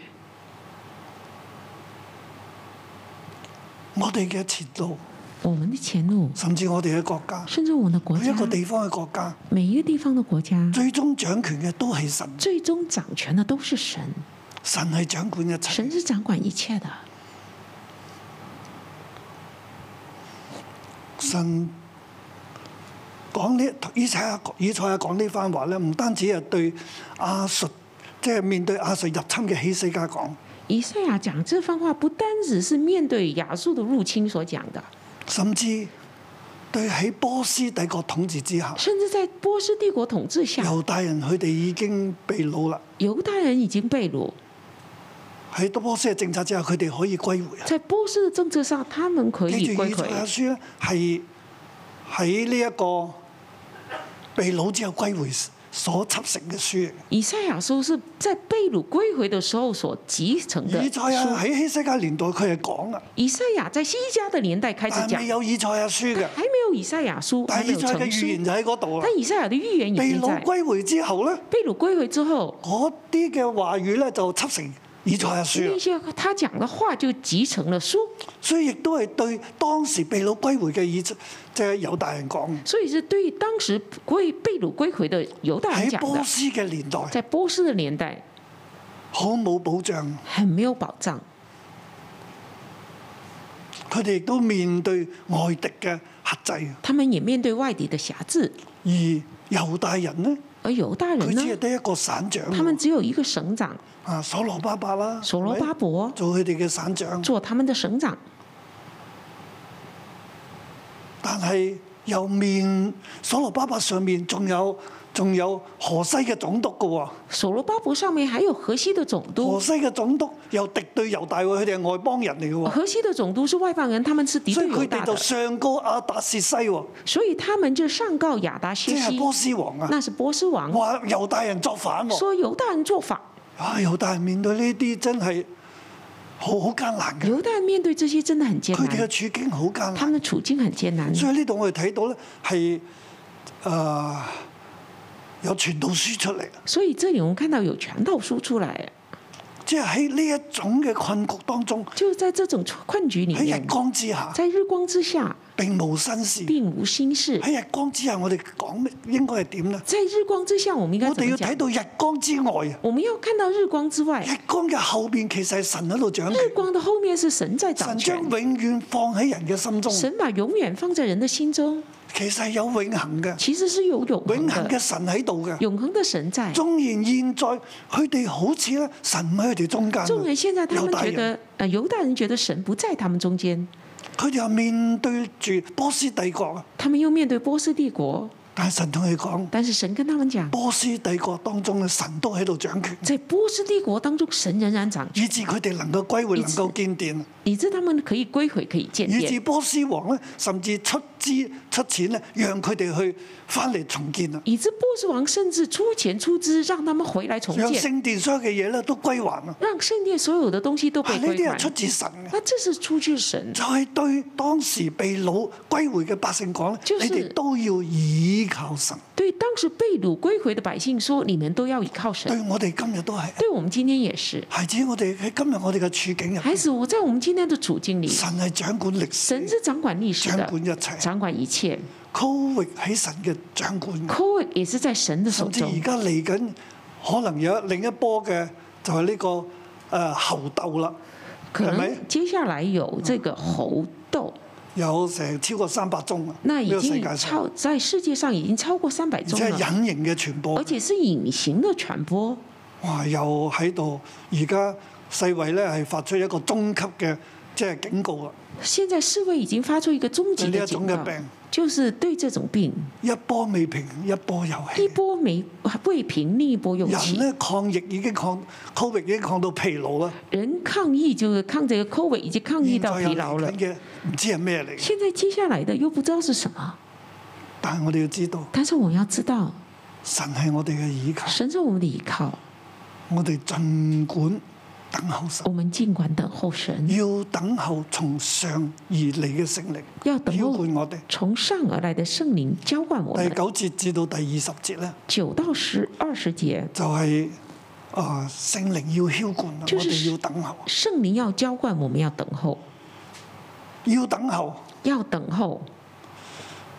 B: 我哋嘅前路，
C: 我們的前路，
B: 甚至我哋嘅國家，
C: 甚至我們的國
B: 每
C: 家
B: 一，個地方嘅國家，
C: 每一個地方的國家，
B: 最終掌權嘅都係神，
C: 最終掌權的都是神，
B: 神係掌管一切
C: 神。是掌管一切的。
B: 神講呢以賽亞以賽亞講呢番話咧，唔單止係對亞述，即係面對亞述入侵嘅希西家講，
C: 以賽亞講這番話，不單只是面對亞述的入侵所講的，
B: 甚至對喺波斯帝國統治之下，
C: 甚至在波斯帝國統治下，
B: 猶大人佢哋已經被擄啦。
C: 猶太人已經被擄。
B: 喺波斯嘅政策之下，佢哋可以歸回啊！
C: 在波斯的政策上，他們可
B: 記
C: 以
B: 住
C: 歸
B: 以賽亞
C: 回。
B: 書咧係喺呢一個被擄之後歸回所輯成嘅書嚟嘅。
C: 以賽亞書是在被擄歸回的時候所集成的
B: 以賽亞
C: 書。
B: 喺希西家年代佢係講啦，
C: 以賽亞在西家的年代開
B: 但
C: 始
B: 係未
C: 講，
B: 有以賽亞書嘅。
C: 還沒有以賽亞書，
B: 但
C: 還
B: 係
C: 沒
B: 以
C: 有
B: 賽
C: 成
B: 嘅預言
C: 書。
B: 就喺嗰度啦。啊
C: 但以賽亞的預言已
B: 被
C: 經
B: 擄
C: 在
B: 歸回之後咧，
C: 被擄歸回之後，
B: 嗰啲嘅話語咧就輯成以賽亞書
C: 那
B: 啦，
C: 些他講的話就集成了書，
B: 所以亦都係對當時被擄歸回嘅以即係猶大人講。
C: 所以是對當時歸被擄歸回的猶大人啊
B: 喺
C: 講
B: 波
C: 的。
B: 斯嘅年代，
C: 在波斯的年代
B: 好冇保障，
C: 很沒有保障，
B: 佢哋亦都面對外敵嘅克制。
C: 他們也面對外敵的轄制，
B: 而猶大人呢，
C: 而猶大
B: 佢
C: 人
B: 只係
C: 呢，
B: 得一個省長
C: 他們
B: 喎，
C: 只有一個省長
B: 啊，所羅巴伯啦，
C: 所羅巴伯
B: 係咪做佢哋嘅省長，
C: 做他們的省長，
B: 但係又面所羅巴伯上面仲有仲有河西嘅總督嘅喎。
C: 所羅巴伯上面還有河西的總
B: 河
C: 督，
B: 西嘅總督又敵對猶大喎，佢哋係外邦人嚟嘅
C: 河西的總督是外邦人，他們是
B: 喎，
C: 敵
B: 所
C: 對
B: 以佢
C: 啊猶
B: 哋
C: 大啊
B: 就
C: 的，
B: 上告亞達薛西喎，
C: 所以他們就上告亞達薛
B: 即係
C: 西，
B: 波斯王啊，
C: 那是波斯王，
B: 話猶大人作反喎，
C: 說猶大人做法，
B: 啊猶大人面對呢啲真係好好艱難嘅，
C: 猶大人面對這些真的很艱
B: 佢哋嘅
C: 難，
B: 處境好艱
C: 嗯他
B: 難，
C: 們的處境很艱難，
B: 所以呢度我哋睇到咧係誒有傳道書出嚟，
C: 所以這裡我們看到有傳道書出來，
B: 即係喺呢一種嘅困局當中，
C: 就是在這種困局裡
B: 喺
C: 面
B: 日。光之下，
C: 在日光之下，
B: 並無新事。
C: 并无心事。
B: 喺日光之下，我哋講咩應該係點呢？
C: 在日光之下，我们应该
B: 我
C: 怎
B: 哋
C: 么
B: 要
C: 讲
B: 睇？到哎日光之外啊！
C: 我们要看到日光之外，
B: 日光嘅後邊其實係神喺度掌權
C: 日，光的后面是神在掌
B: 神將
C: 权
B: 永，遠放喺人嘅心中，
C: 神把永远放在人的心中，
B: 其實係有永恆嘅，
C: 其实是有永恒
B: 永恆嘅
C: 的，
B: 神喺度嘅。
C: 永恒的神在。
B: 縱然現在佢哋好似咧，神唔喺佢哋中間啊，
C: 众人现在他
B: 猶
C: 们
B: 大
C: 觉
B: 人
C: 得，呃，犹大人觉得神不在他们中间，
B: 佢哋又面對住波斯帝國啊，
C: 他们又面对波斯帝国，
B: 但係神同佢講，
C: 但是神跟他们讲，
B: 波斯帝國當中嘅神都喺度掌權，
C: 在波斯帝国当中，神仍然掌权，
B: 以致佢哋能夠歸回，
C: 以
B: 能
C: 致
B: 夠建殿，
C: 以致他们可以归回，可以建
B: 以致
C: 殿，
B: 波斯王咧甚至出資出錢咧，讓佢哋去翻嚟重建啊，
C: 以致波斯王甚至出钱出资让他们回来重
B: 讓
C: 建，
B: 聖殿所有嘅嘢咧都歸還啊！
C: 让圣殿所有的东西都
B: 啊
C: 被
B: 呢啲
C: 归
B: 係
C: 还。
B: 出自神嘅。
C: 那这是出自神，
B: 就係對當時被擄歸回嘅百姓講咧，
C: 就是
B: 你哋都要倚靠神。
C: 对当时被掳归回的百姓说：你们都要依靠神。
B: 對我哋今日都係。
C: 对我们今天也是，
B: 孩子，我哋喺今日我哋嘅處境入
C: 孩
B: 邊，
C: 子，我在我们今天的处境里，
B: 神係掌管歷
C: 神
B: 史，
C: 是掌管历史
B: 掌
C: 的
B: 管，一切。
C: 掌管一切。
B: COVID 喺神嘅掌管，啊
C: c o 也是在神的手
B: 甚至而
C: 中。
B: 家嚟緊可能有另一波嘅就係呢、個誒、呃、猴鬥啦，
C: 可
B: 係咪
C: 能接下来有这个猴斗，
B: 有成超過三百宗啊！
C: 那
B: 呢
C: 已
B: 個世
C: 经
B: 界上，
C: 超在世界上已经超过三百
B: 而
C: 宗
B: 且係
C: 了，
B: 隱形嘅傳播
C: 而，且是隐形的传播。
B: 哇！又喺度，而家世衞咧係發出一個中級嘅即係警告啊啦，
C: 现在世卫已经发出一个终极
B: 对
C: 的
B: 这
C: 警
B: 种的
C: 告
B: 病，
C: 就是对这种病，
B: 一波未平，一波又
C: 一
B: 起。
C: 波没未平，另一波又
B: 人
C: 起。
B: 咧抗疫已經抗 Covid 已經抗到疲勞啦。
C: 人抗议就是抗这个 COVID 已经抗议
B: 現
C: 到
B: 在有
C: 疲劳了
B: 嚟緊。嘅唔知係咩嚟，
C: 现在接下来的又不知道是什么，
B: 但係我哋要知道，
C: 但是我们要知道，
B: 神係我哋嘅倚靠，
C: 神是我们的依靠，
B: 我哋盡管等候神
C: 我，们尽管等候神，
B: 要等候從上而嚟嘅聖靈
C: 要等
B: 浇
C: 候
B: 灌我哋。
C: 从上而来的圣灵浇灌我
B: 第
C: 们。
B: 九節至到第二十節咧，
C: 九到十二十节，
B: 就係、啊、聖靈要浇灌啊，我
C: 就是
B: 哋要等候，
C: 圣灵要浇灌，我们要等候，
B: 要等候。
C: 要等候。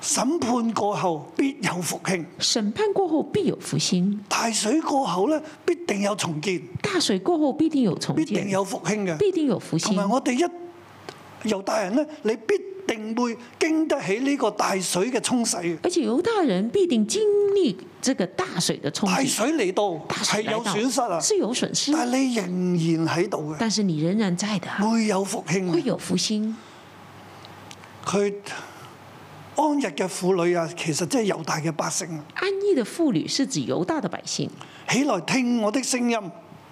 B: 審判過後必有復興，
C: 审判过后必有复兴，
B: 大水過後咧必定有重建，
C: 大水过后必定有重
B: 必
C: 建
B: 定，有復興嘅。
C: 必定有复
B: 同
C: 兴
B: 埋。我哋一猶大人咧，你必定會經得起呢個大水嘅沖洗嘅。
C: 而且犹大人必定经历这个大水的冲
B: 大
C: 击，
B: 水嚟到
C: 大
B: 係
C: 水来
B: 有
C: 到
B: 損失啊，
C: 是有损失，
B: 但係嗯你仍然喺度嘅，
C: 但是你仍然在的，
B: 會有復
C: 会
B: 興嘅。
C: 有复兴。
B: 佢安逸嘅婦女啊，其實即係猶大嘅百姓啊，
C: 安逸的妇女是指犹大的百姓，
B: 起來聽我的聲音，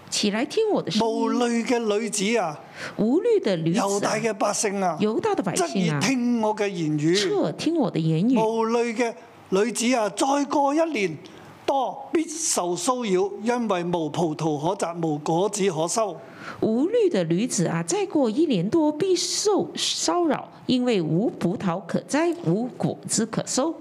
C: 起来听我的声
B: 無
C: 音。
B: 慮嘅女子啊，
C: 无虑的女
B: 猶
C: 子
B: 大
C: 啊，
B: 嘅百姓啊，
C: 犹大的百
B: 則
C: 姓
B: 而
C: 啊，
B: 聽我嘅言語。
C: 侧听我的言语。
B: 無慮嘅女子啊，再過一年多必受騷擾，因為無葡萄可摘，無果子可收。
C: 无虑的女子啊，再过一年多必受骚扰，因为无葡萄可摘，无果子可收。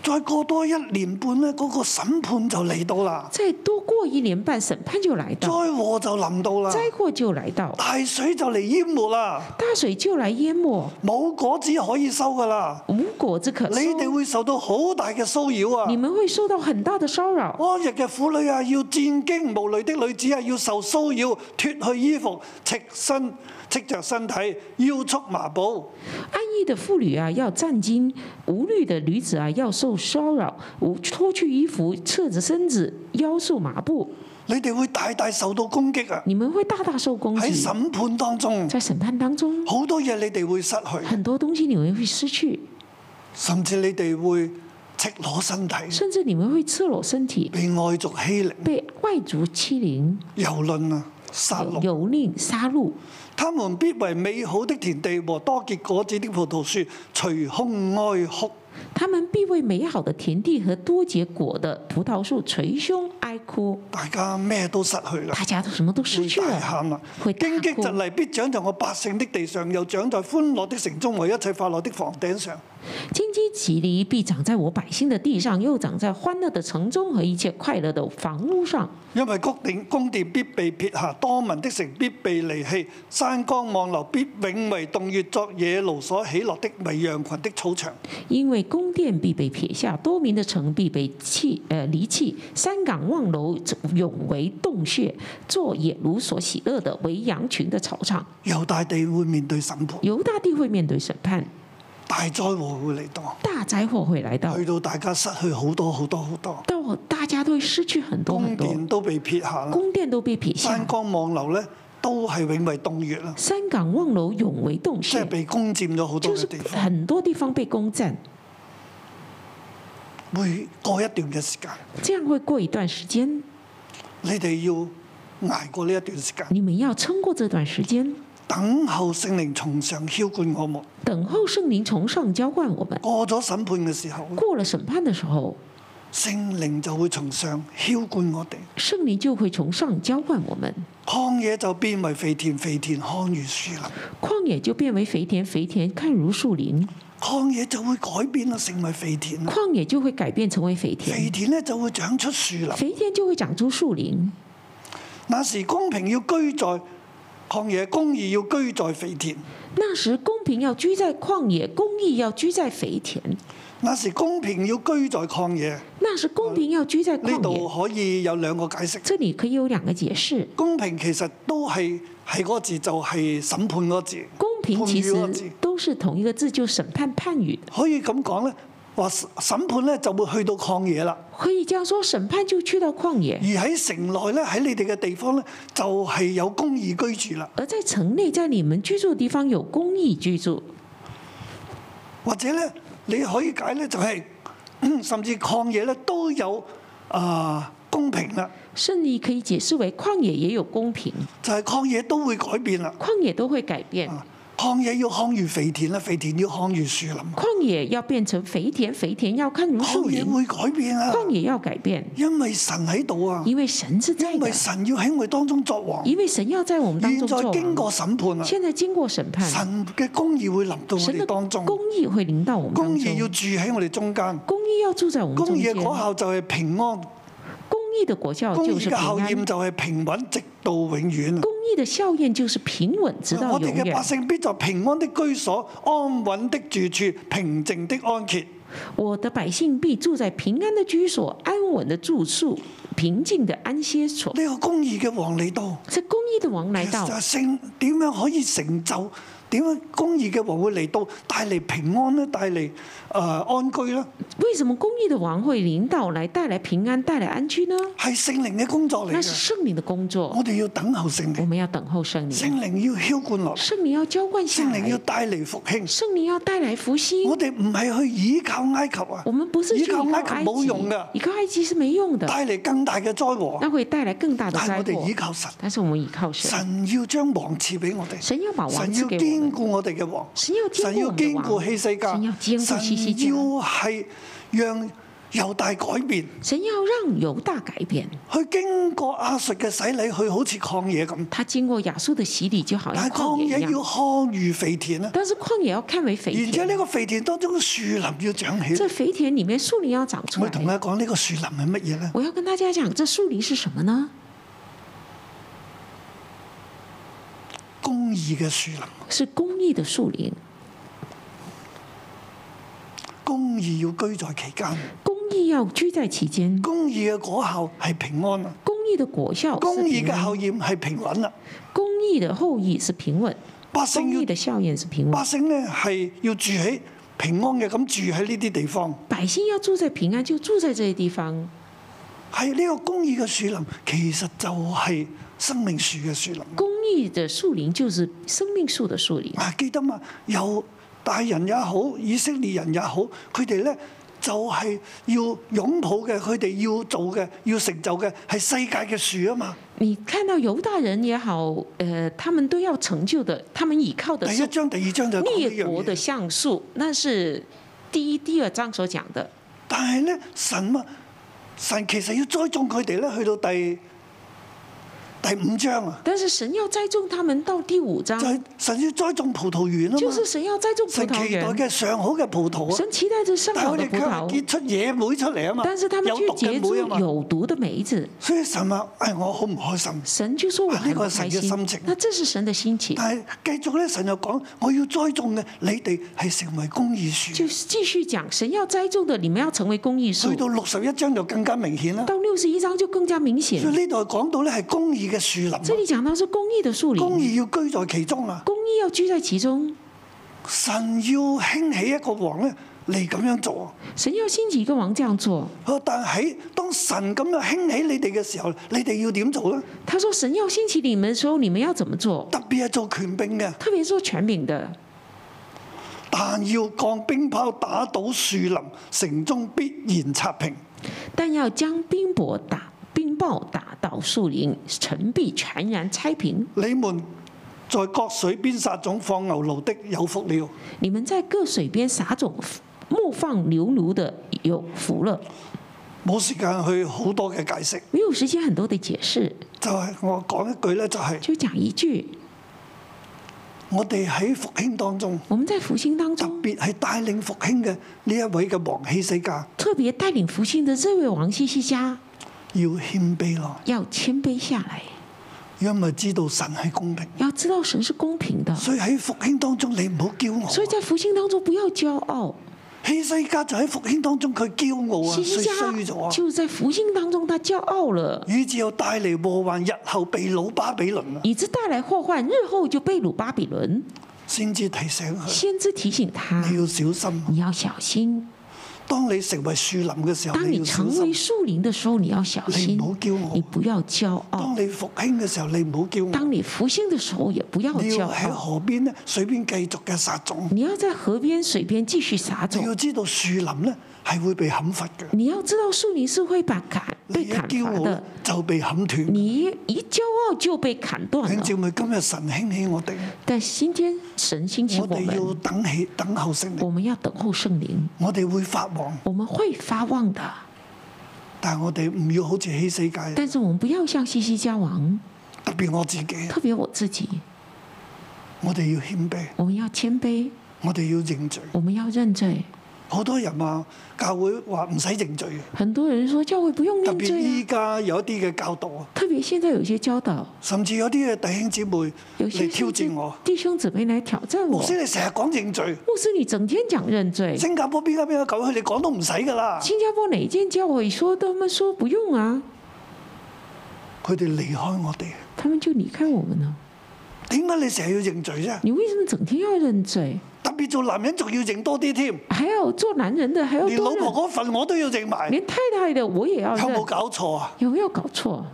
B: 再過多一年半呢，嗰、個審判就嚟到啦，
C: 再多过一年半，审判就来到，
B: 災禍就臨到啦，
C: 灾祸就来到，
B: 大水就嚟淹沒啦，
C: 大水就来淹没，
B: 冇果子可以收噶啦，
C: 无果子可
B: 你
C: 收。
B: 哋會受到好大嘅騷擾啊
C: 你！们会受到很大的骚扰。
B: 安逸嘅婦女啊，要戰驚；無慮的女子啊，要受騷擾，脱去衣服，赤身赤着身體，腰束麻布。
C: 安逸的妇女啊，要战兢；无虑的女子啊，要受骚扰。无脱去衣服，侧着身子，腰束麻布。
B: 你哋會大大受到攻擊啊！
C: 你们会大大受攻
B: 喺
C: 击。
B: 審判當中，
C: 在审判当中，
B: 好多嘢你哋會失去，
C: 很多东西你们会失去，
B: 甚至你哋會赤裸身體，
C: 甚至你们会赤裸身体，
B: 被外族欺凌、
C: 被外族欺凌、
B: 蹂躪啊、殺戮。
C: 蹂躏、杀戮。
B: 他們必為美好的田地和多結果子的葡萄樹捶胸哀哭。
C: 他们必为美好的田地和多结果的葡萄树捶胸哀哭。
B: 大家咩都失去啦
C: 大，家都什么都失
B: 會
C: 去
B: 大
C: 了。
B: 喊啦！
C: 會大
B: 荊
C: 哭
B: 棘疾嚟必長在我百姓的地上，又長在歡樂的城中和一切快樂的房頂上。
C: 荆棘棘藜必长在我百姓的地上，又长在欢乐的城中和一切快乐的房屋上。
B: 因為谷頂宮殿必被撇下，多民的城必被離棄，山江望流必永為洞穴，作野驢所起落的，為羊群的草場。
C: 因为宫殿必被撇下，多民的城必被弃，呃离弃，山岗望楼永为洞穴，做野驴所喜乐的，为羊群的草场。
B: 猶大地會面對審判，
C: 犹大地会面对审判，
B: 大災禍會嚟到，
C: 大灾祸会来到
B: 去，到大家失去好多好多好多，
C: 到大家都会失去很多很
B: 宮
C: 多，
B: 殿啊都被撇下啦，
C: 宫殿都被撇
B: 山
C: 下，
B: 江望流呢都係永為洞穴啦，
C: 山岗望楼永为洞
B: 即係
C: 穴，
B: 被攻佔咗好多
C: 就是
B: 嘅地方。
C: 很多地方被攻占，
B: 每過一段嘅時間，
C: 这样会过一段时间，
B: 你哋要捱過呢一段時間，
C: 你们要撑过这段时间，
B: 等候聖靈從上轎灌我們。
C: 等候圣灵从上浇灌我们。
B: 過咗審判嘅時候，
C: 过了审判的時候，
B: 聖靈就會從上轎灌我哋，
C: 圣灵就会從上浇灌我们，
B: 曠野就變為肥田，肥田看如樹林，
C: 旷野就变为肥田，肥田看如树林，
B: 曠野就會改變啦，成為肥田啦。
C: 旷野就会改变成为肥
B: 肥
C: 田，
B: 田咧就會長出樹林。
C: 肥田就会长出树林。
B: 那時公平要居在曠野，公義要居在肥田。
C: 那时公平要居在旷野，公义要居在肥田。
B: 那時公平要居在曠野，
C: 那时公平要居在
B: 嗯呢
C: 旷
B: 度
C: 野，
B: 可以有兩個解釋。
C: 这里可以有两个解释。
B: 公平其實都係係嗰個字，就係、審判嗰個字。
C: 公平其
B: 同一個字
C: 实都是同一个字，就審判判语。
B: 可以咁講咧，話審判咧就會去到曠野啦，
C: 可以这样说，审判就去到旷野
B: 而，喺城內咧，喺你哋嘅地方咧，就係、有公義居住啦。
C: 而在城内，在你们居住的地方有公义居住。
B: 或者咧，你可以解咧就係、 [CLEARS THROAT] 甚至曠野咧都有啊、公平啦，
C: 甚至可以解释为旷野也有公平，
B: 就係、曠野都會改變啦。
C: 旷野都会改变，
B: 啊曠野要看如肥田啦，肥田要看如樹林。
C: 旷野要变成肥田，肥田要看如树
B: 曠野
C: 林，
B: 會改變啊，
C: 旷野要改变，
B: 因為神喺度啊，
C: 因为神是在
B: 因
C: 的
B: 為，神要喺我哋當中作王。
C: 因为神要在我们当
B: 現
C: 中
B: 在
C: 做
B: 經
C: 王。
B: 過審判啦，
C: 现在经过审判，
B: 神嘅公義會臨到我
C: 神
B: 哋
C: 的
B: 當中，
C: 公义会临到我们
B: 公
C: 当
B: 義要
C: 中，
B: 住喺我哋中間。
C: 公义要住在我们
B: 公
C: 中
B: 義
C: 间
B: 嘅，果效就係平安，
C: 公义的果效
B: 公
C: 就
B: 義
C: 是
B: 嘅
C: 啊平
B: 效
C: 安，
B: 驗就係平穩，直到永遠。
C: 公义的效验就是平稳直到
B: 我
C: 永
B: 哋嘅
C: 远
B: 百。姓必在平安的居所、安穩的住處、平靜的安歇。
C: 我的百姓必住在平安的居所，安稳的住宿，平静的安歇所。
B: 呢個公義嘅王嚟到，
C: 是公义的王来
B: 其實
C: 到
B: 就，係聖點樣可以成就？點樣公義嘅王會嚟到，帶嚟平安咧，帶嚟誒、呃安居咧？
C: 为什么公义的王会领导来带来平安、带来安居呢？
B: 係聖靈嘅工作嚟
C: 那是
B: 嘅。
C: 圣灵的工作，
B: 我哋要等候聖
C: 我
B: 靈，
C: 们要等候哦圣
B: 聖
C: 灵，
B: 靈要轎灌落嚟，
C: 圣灵要浇灌
B: 聖
C: 下
B: 靈要
C: 来，
B: 帶嚟復興。
C: 圣灵要带来福星。
B: 我哋唔係去倚靠埃及啊
C: 我，们不是去依靠
B: 依靠埃
C: 埃
B: 及
C: 及
B: 冇用的，
C: 依靠埃及是没用的，
B: 帶嚟更大嘅災禍。
C: 那会带来更嗯大的
B: 但係
C: 灾
B: 我哋
C: 祸
B: 倚。靠神，
C: 但是我们依靠神，
B: 神要將王賜俾我哋，
C: 神要把王
B: 神
C: 赐
B: 要
C: 给我
B: 堅
C: 们，
B: 固我哋嘅王，
C: 神要
B: 神要
C: 坚
B: 堅
C: 固我
B: 固
C: 们的
B: 希西家，
C: 王，神
B: 神
C: 要坚固西西家
B: 要，係讓猶大改變，
C: 神要让犹大改变。
B: 去經過亞述嘅洗禮，去好似曠野咁。
C: 他经过亚述的洗礼，就好像
B: 但係
C: 旷
B: 曠
C: 嗯野
B: 野
C: 一
B: 要
C: 样，
B: 康如肥田啦，
C: 但是旷野要看为肥
B: 然之後呢
C: 田，
B: 個肥田當中嘅樹林要長起。
C: 这肥田里面树林要长出
B: 我
C: 来。
B: 啊同佢講呢個樹林係乜嘢咧？
C: 我要跟大家讲，这树林是什么呢？
B: 公義嘅樹林，
C: 是公益的树林，
B: 公義要居在其間。
C: 公益要居在其间，
B: 公義嘅果效係平安啦，
C: 公益的果效是
B: 公義
C: 平
B: 嘅
C: 安
B: 效，驗係平穩啦。
C: 公益的后裔是平稳，
B: 百姓
C: 公益
B: 要
C: 的效验是平
B: 百
C: 稳。
B: 姓咧係要住喺平安嘅，咁住喺呢啲地方，
C: 百姓要住在平安，就住在这些地方。
B: 係呢個公義嘅樹林，其實就係生命樹嘅樹林。
C: 公益的树林就是生命树的树林。
B: 啊，記得嘛？有大人也好，以色列人也好，佢哋咧就係、要擁抱嘅，佢哋要做嘅，要成就嘅係世界嘅樹啊嘛。
C: 你看到犹大人也好，呃，他们都要成就的，他们倚靠的
B: 第
C: 是
B: 一章、第二章就講呢
C: 列
B: 樣
C: 国的
B: 嘢，
C: 橡树，那是第一、第二章所讲的。
B: 但係咧神啊，神其實要栽種佢哋咧，去到第第五章啊，
C: 但是神要栽种他们到第五章
B: 就，係神要栽種葡萄園啊
C: 啊就
B: 嘛
C: 是，神要栽种葡
B: 神
C: 萄
B: 期待
C: 園，
B: 嘅上好嘅葡萄啊，
C: 神期待着上
B: 但係
C: 好
B: 我
C: 的
B: 哋
C: 葡
B: 卻係
C: 萄
B: 結，出野莓出嚟啊嘛，
C: 但是他们
B: 有
C: 去
B: 毒
C: 结
B: 嘅
C: 出
B: 莓啊嘛，
C: 有毒的梅子。
B: 所以神話：，唉、我好唔開心。
C: 神就说我很不开
B: 啊呢個係神嘅心
C: 心
B: 情，
C: 那这是神的心情，
B: 但係繼續咧，神又講：我要栽種嘅，你哋係成為公義樹
C: 就。继续讲神要栽种的，你们要成为公益树
B: 去。到六十一章就更加明顯啦。
C: 到六十一章就更加明显
B: 所以
C: 了，
B: 呢度講到咧係公義嘅樹林
C: 这
B: 啊，
C: 里讲到是公益的树林，
B: 公義要居在其中啊。
C: 公益要居在其中。
B: 神要興起一個王咧嚟咁樣做啊。
C: 神要兴起一个王这样做，
B: 啊但喺當神咁樣興起你哋嘅時候，你哋要點做咧？
C: 他说神要兴起你们的时候，你们要怎么做？
B: 特別係做權兵嘅，
C: 特别做权柄的，
B: 但要降冰炮打倒樹林，城中必然刷平。
C: 但要将冰雹打冰雹打到树林，城必全然拆平。
B: 你們在各水邊撒種放牛驢的有福了。
C: 你们在各水边撒种，莫放牛犊的有福了。
B: 冇時間去好多嘅解釋，
C: 没有时间很多的解释，
B: 就係、我講一句咧，就係、
C: 就讲一句：
B: 我哋喺復興當中，
C: 我们在福星当
B: 特
C: 中，
B: 別係帶領復興嘅呢一位嘅王希西家，
C: 特别带领福星的这位王西西家
B: 要謙卑咯，
C: 要谦卑下来，
B: 因為知道神係公平，
C: 要知道神是公平的。
B: 所以喺復興當中你唔好驕傲
C: 所以
B: 啊。
C: 在福星当中不要骄傲，
B: 希西家就喺復興當中佢驕傲啊，
C: 西西
B: 衰衰咗
C: 家
B: 啊，
C: 就是在福星當中，他驕傲了，
B: 以致又帶嚟禍患，日後被老巴比倫啊，
C: 以致帶來禍患，日後就被掳巴比倫。
B: 先至提醒佢
C: 先知提醒他，
B: 你要小心。
C: 你要小心。
B: 當你成為樹林嘅時候，
C: 當
B: 你
C: 你
B: 要小
C: 成為
B: 心；
C: 樹林的時候，你要小
B: 你
C: 心
B: 唔好驕傲。
C: 你不要驕
B: 當
C: 傲。
B: 你復興嘅時候，你唔好驕傲。
C: 當你福星的時候，也不要
B: 你
C: 驕
B: 要喺
C: 傲。
B: 河邊咧、水邊繼續嘅撒種。
C: 你要在河邊、水邊繼續撒
B: 你要
C: 種。
B: 知道樹林咧係會被砍伐嘅，
C: 你要知道，樹林是會把砍
B: 你
C: 被
B: 一
C: 砍
B: 驕
C: 伐
B: 傲咧
C: 的。
B: 就被砍斷。弟
C: 你一驕傲就被砍斷
B: 兄
C: 了
B: 姊。妹，今日神興起我哋，
C: 但今天神興起
B: 我
C: 我
B: 哋要
C: 們，
B: 等起等候聖靈，
C: 我們要等候聖靈。
B: 我哋會發旺，
C: 我们会发旺的，
B: 但係我哋唔要好似希死界，
C: 但是我们不要像西西家王，
B: 特別我自己，
C: 特别我自己，
B: 我哋要謙卑，
C: 我们要谦卑，
B: 我哋要認罪。
C: 我们要认罪。
B: 好多人話教會話唔使認罪，
C: 很多人说教会不用
B: 特
C: 认
B: 別
C: 罪
B: 依
C: 啊，
B: 家有一啲嘅教導啊，
C: 特别现在有一些教导，
B: 甚至有啲嘅弟兄姊妹
C: 有些
B: 嚟挑
C: 甚至
B: 戰我。
C: 弟兄姊妹来挑战我
B: 牧。師你成日講認罪，
C: 牧师，你整天讲认罪，
B: 新加坡邊間邊間教會你講都唔使㗎啦，
C: 新加坡哪一间教会说他们说不用啊，
B: 佢哋離開我哋。
C: 他们就离开我们了。
B: 點解你成日要認罪啫？
C: 你为什么整天要认罪？
B: 特別做男人仲要認多啲添，
C: 还要做男人哦的还要
B: 連老
C: 多认，
B: 婆嗰份我都要認埋，
C: 连太太的我也要
B: 有冇
C: 认，
B: 搞錯啊？
C: 有没有搞错？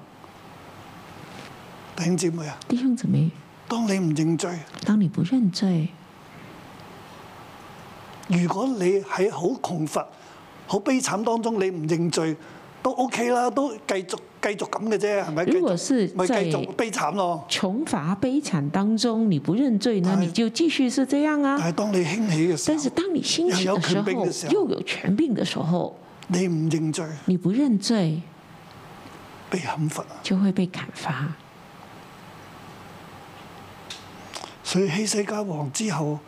B: 弟兄姊妹啊，
C: 弟兄姊妹，
B: 當你唔認罪，
C: 当你不认罪，
B: 如果你喺好窮乏、好悲慘當中，你唔認罪都 OK 啦，都繼續繼續咁嘅啫，係咪？繼
C: 如果
B: 續
C: 是
B: 咪繼
C: 在
B: 續悲慘咯。
C: 穷乏悲惨当中，你不认罪呢，
B: 哎
C: 你就继续是这样
B: 但
C: 啊。
B: 係當你興起嘅時
C: 但是
B: 候，
C: 当你兴起的时
B: 又有权柄
C: 候
B: 的时，候
C: 又有权柄的时候，
B: 你唔認罪，
C: 你不认罪
B: 被砍伐啊！
C: 就会被砍伐。
B: 所以希西家王之後，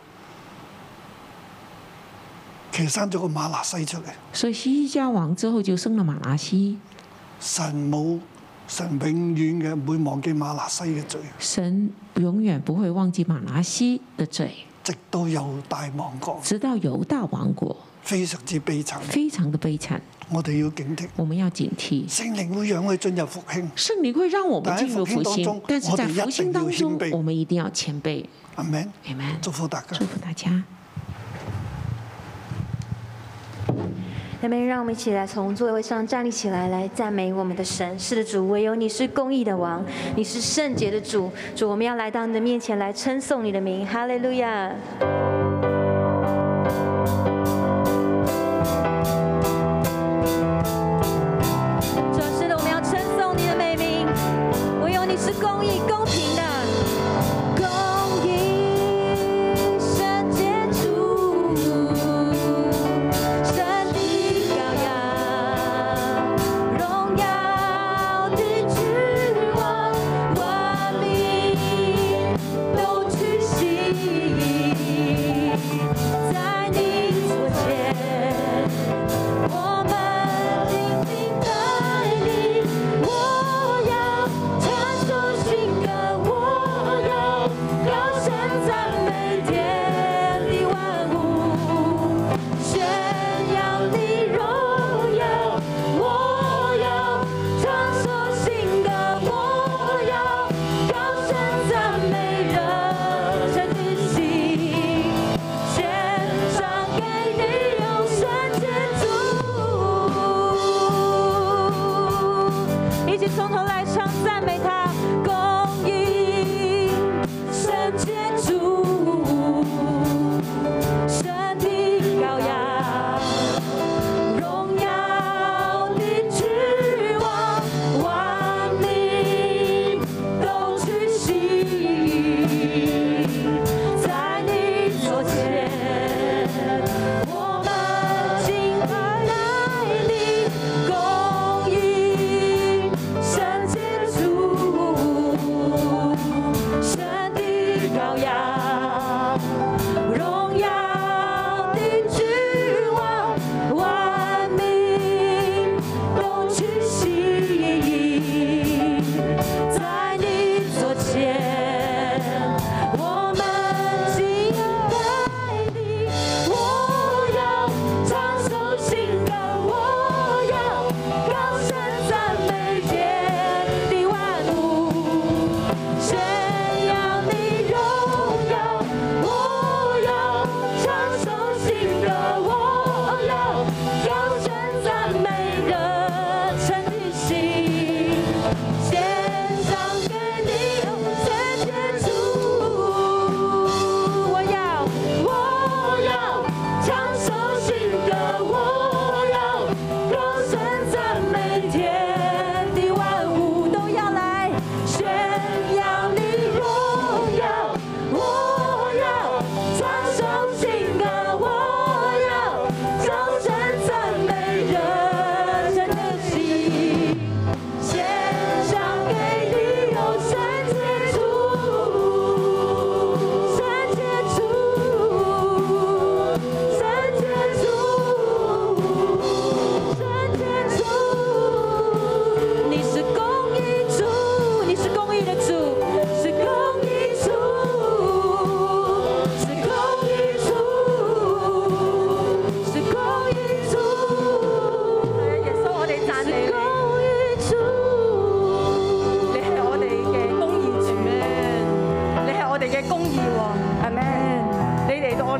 B: 其實生咗個馬拿西出嚟。
C: 所以西西家王之后就生了马拉西，
B: 神冇神永遠嘅唔會忘記馬拿西嘅罪，
C: 神永远不会忘记马拉西的罪，
B: 直到猶大亡國，
C: 直到犹大王国，
B: 非常之悲慘。
C: 非常的悲惨。
B: 我哋要警惕，
C: 我们要警惕，
B: 聖靈會讓佢進入復興。
C: 圣灵会让我们进入福星，但
B: 但是
C: 是
B: 在
C: 在
B: 福
C: 福
B: 星
C: 星
B: 当
C: 当
B: 中
C: 中
B: 我哋一定要谦卑，
C: 我们一定要谦卑。
B: 阿 m
C: Amen。
B: 祝福大家
C: 祝。福大家。
D: 那边让我们一起来从座位上站立起来，来赞美我们的神。是的，主，唯有你是公义的王，你是圣洁的主。主，我们要来到你的面前来称颂你的名，哈利路亚。主，啊是的，我们要称颂你的美名，唯有你是公义、公平的。公义圣洁主，神的羔羊，荣耀的君王，唯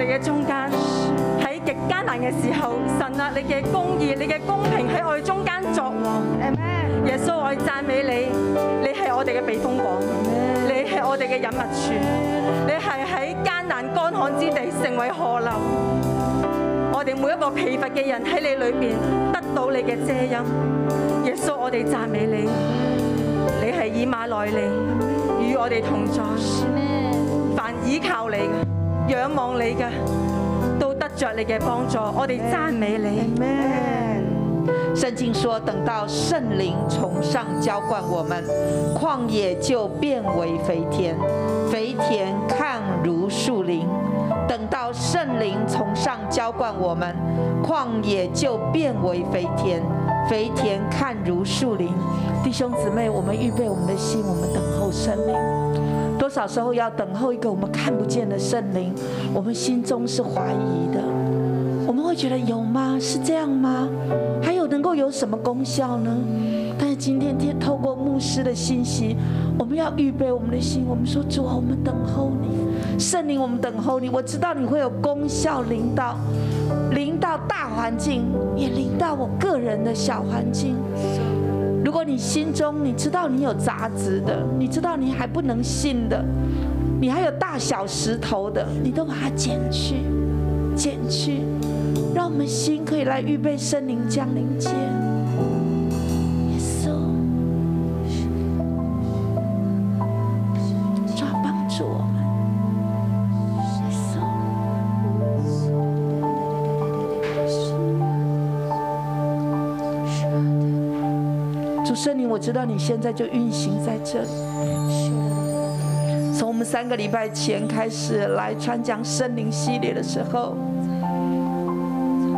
E: 嘅中間，喺極艱難嘅時候，神啊，你嘅公義、你嘅公平喺我哋中間作王。耶穌，我哋讚美你，你係我哋嘅避風港，你係我哋嘅隱密處，你係喺艱難乾旱之地成為河流。我哋每一個疲乏嘅人喺你裏邊得到你嘅遮蔭。耶穌，我哋讚美你，你係以馬內利，與我哋同在。凡倚靠你嘅、仰望你嘅，都得着你嘅幫助。我哋讚美你。
F: 圣经说，等到圣灵从上浇灌我们，旷野就变为肥田，肥田看如树林。等到圣灵从上浇灌我们，旷野就变为肥田，肥田看如树林。弟兄姊妹，我们预备我们的心，我们等候圣灵。多少时候要等候一个我们看不见的圣灵？我们心中是怀疑的。我们会觉得有吗？是这样吗？还有能够有什么功效呢？但是今天天透过牧师的信息，我们要预备我们的心。我们说主啊，我们等候你，圣灵，我们等候你。我知道你会有功效领导，领导大环境，也领导我个人的小环境。如果你心中你知道你有杂质的，你知道你还不能信的，你还有大小石头的，你都把它剪去，剪去。让我们心可以来预备圣灵降临节。耶稣，主要帮助我们。耶稣，主圣灵，我知道你现在就运行在这里。从我们三个礼拜前开始来传讲圣灵系列的时候，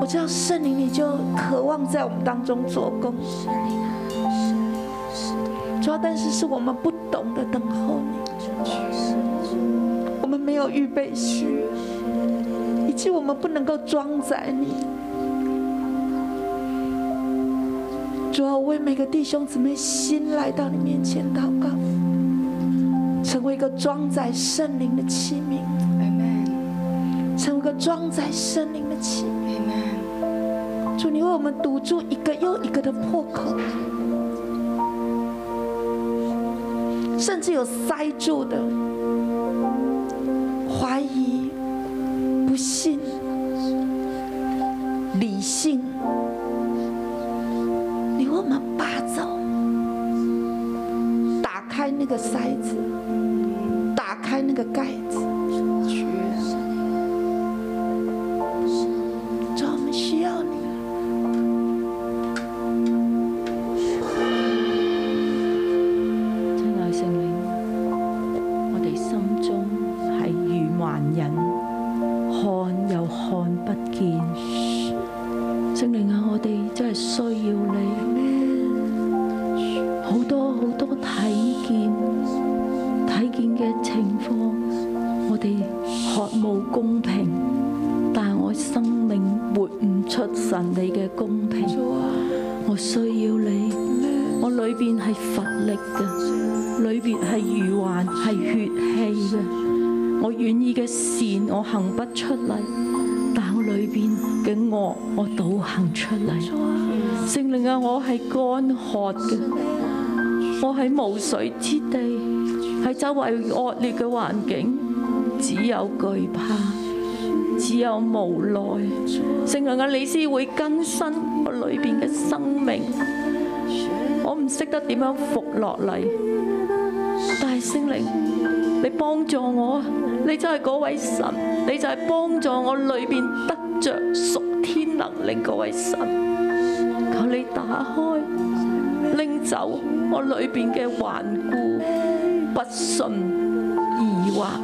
F: 我知道圣灵，你就渴望在我们当中做工。主要，但是是我们不懂得等候你，我们没有预备需，以及我们不能够装载你。主要为每个弟兄姊妹心来到你面前祷告，成为一个装载圣灵的器皿。成为个装载圣灵的器皿。主，你为我们堵住一个又一个的破口，甚至有塞住的怀疑、不信、理性，你为我们拔走，打开那个塞子，打开那个盖子。主，我们需要你。
G: 亲爱圣灵，我哋心中係如盲人，看又看不見。聖靈啊，我哋真係需要你，好多好多睇見睇見嘅情況，我哋渴慕公平，但我生命活唔出神你嘅公平。我需要你，我裏邊係乏力嘅，裏邊係愚幻，係血氣嘅。我願意嘅善我行不出嚟，但我裏邊嘅惡我倒行出嚟。聖靈啊，我係乾渴嘅，我喺無水之地，喺周圍惡劣嘅環境，只有懼怕。只有無奈，聖靈嘅你先會更新我裏邊嘅生命。我唔識得點樣服落嚟，但係聖靈，你幫助我，你就係嗰位神，你就係幫助我裏邊得着屬天能力嗰位神。求你打開，拎走我裏邊嘅頑固、不信、疑惑、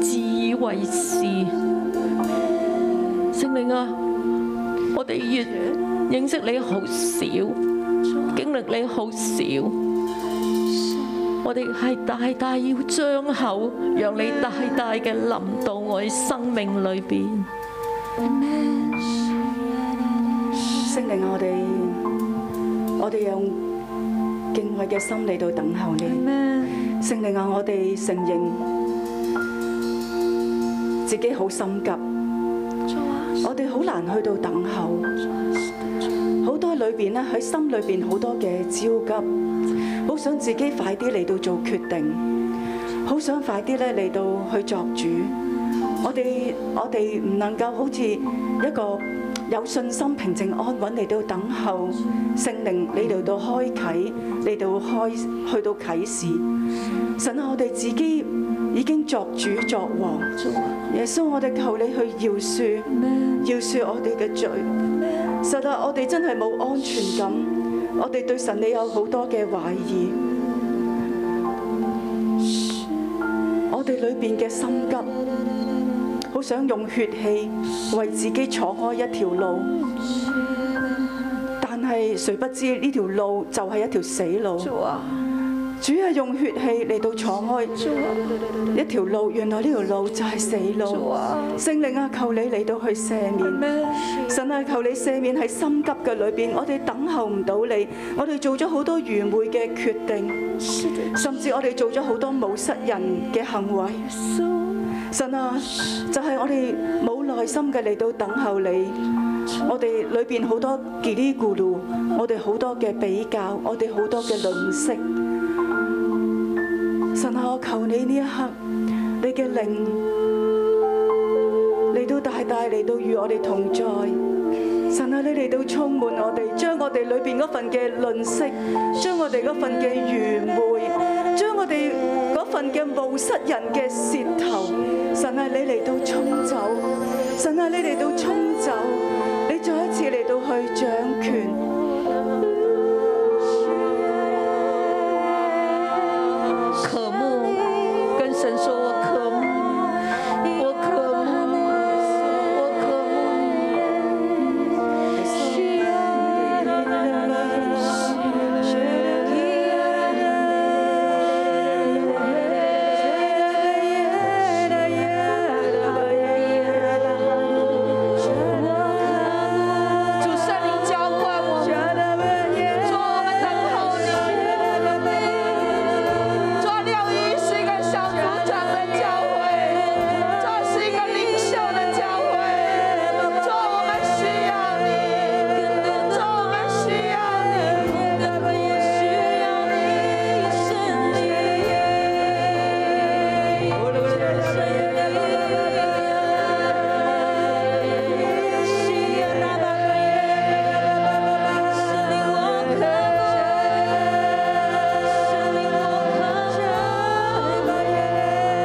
G: 自以為是。聖靈啊，我哋越認識你好少，經歷你好少，我哋係大大要張口，讓你大大嘅臨到我哋生命裏邊。
H: 聖靈，我哋我哋用敬畏嘅心嚟到等候你。聖靈啊，我哋承認自己好心急，我哋好難去到等候，好多裏邊咧喺心裏邊好多嘅焦急，好想自己快啲嚟到做決定，好想快啲咧嚟到去作主。我哋我哋唔能夠好似一個有信心、平靜、安穩嚟到等候聖靈，你嚟到開啟，嚟到開去到啟示。神啊，我哋自己已經作主作王。耶穌，我哋求你去饒恕，饒恕我哋嘅罪。實在我哋真係冇安全感，我哋對神你有好多嘅懷疑，我哋裏邊嘅心急，好想用血氣為自己闖開一條路，但係誰不知呢條路就係一條死路。主係用血氣嚟到闖開一條路，原來呢條路就係死路。聖靈啊，求你嚟到去赦免。神啊，求你赦免喺心急嘅裏邊，我哋等候唔到你，我哋做咗好多愚昧嘅決定，甚至我哋做咗好多冇失人嘅行為。神啊，就係、我哋冇耐心嘅嚟到等候你。我哋裏邊好多叽哩咕嚕，我哋好多嘅比較，我哋好多嘅吝惜。神啊，我求你呢一刻，你嘅靈嚟到大大嚟到與我哋同在。神啊，你嚟到充滿我哋，將我哋裏邊嗰份嘅吝嗇，將我哋嗰份嘅愚昧，將我哋嗰份嘅無失人嘅舌頭，神啊，你嚟到沖走，神啊，你嚟到沖走，你再一次嚟到去掌權。
I: 渴慕，跟神说：“我渴慕，我渴慕，我渴慕你。”主圣灵浇灌我们，主啊我们等候你。主啊六一是一个小组长的教会，主是一个领袖的教会，主我们需要你，主我们需要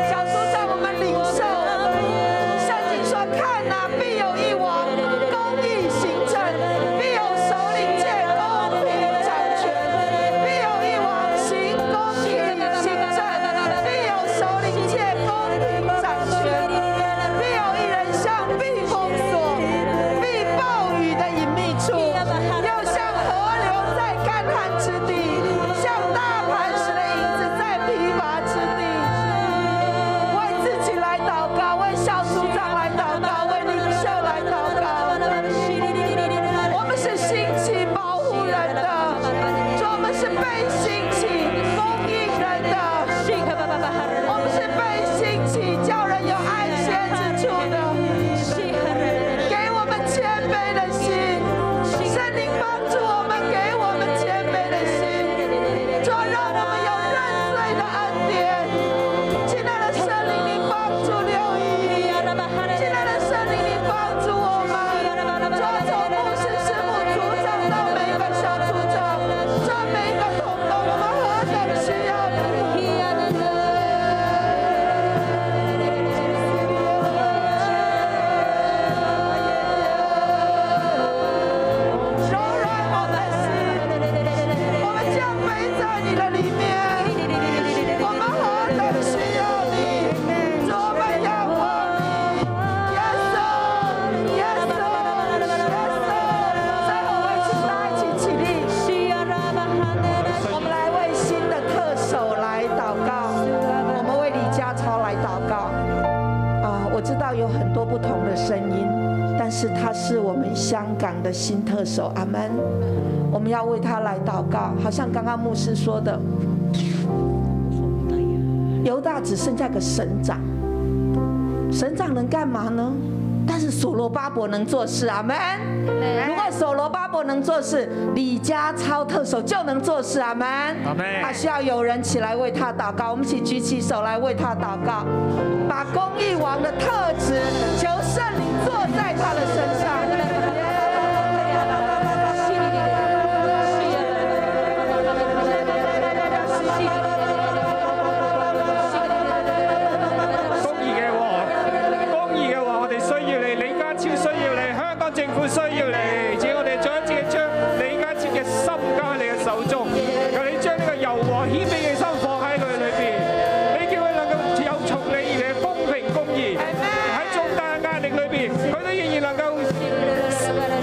I: 小组长，我们领受。圣经说：“看哪，必有一王，公义行政，必有首领借公平掌权；必有一王行公义行政，必有首领借公平掌权；必有一人向避风所、避暴雨的隐秘处，
E: 啊
I: 又像河流在干旱之地，像大磐石的影子在疲乏之地。”为自己来祷告，为小组长来祷告，为领袖来祷告。我们是兴起保护人的，主我们是被兴起供应人的，我们是被兴起叫人有安歇之处的。给我们谦卑的心，圣灵帮助我们，给我们谦卑的心，主让我们有认罪的恩典。亲爱的圣灵，你帮助六一；亲爱的圣灵，你帮助我们。做从牧师、师母、组长到每一个小组长，这每一个同工，我们何等需要你！柔软我们心，我们降卑在你的里面。我们何等需要你，主我们仰望你，耶稣，耶稣，耶稣！最后，我请大家一起起立，我们来为新的特首来祷告，我们为李家超来祷告。啊，我知道有很多不同的声音，但是他是我们香港的新特首，阿门。我们要为他来祷告，好像刚刚牧师说的。犹大只剩下个省长，省长能干嘛呢？带
F: 但是所罗巴伯能做事，阿门。如果所罗巴伯能做事，李家超特首就能做事，阿门。
J: 阿们
F: 他需要有人起来为他祷告，我们一起举起手来为他祷告，把公益王的特质，求圣灵坐在他的身上。
J: 公義嘅王，公義嘅王，我哋需要你，李家超需要你，香港政府需要你，只要我哋再一次嘅將李家超嘅心交喺你嘅手中，求你將呢個柔和謙卑嘅心放喺佢裏邊，你叫佢能夠有從你而嚟嘅公平公義，喺重大嘅壓力裏邊，佢都仍然能夠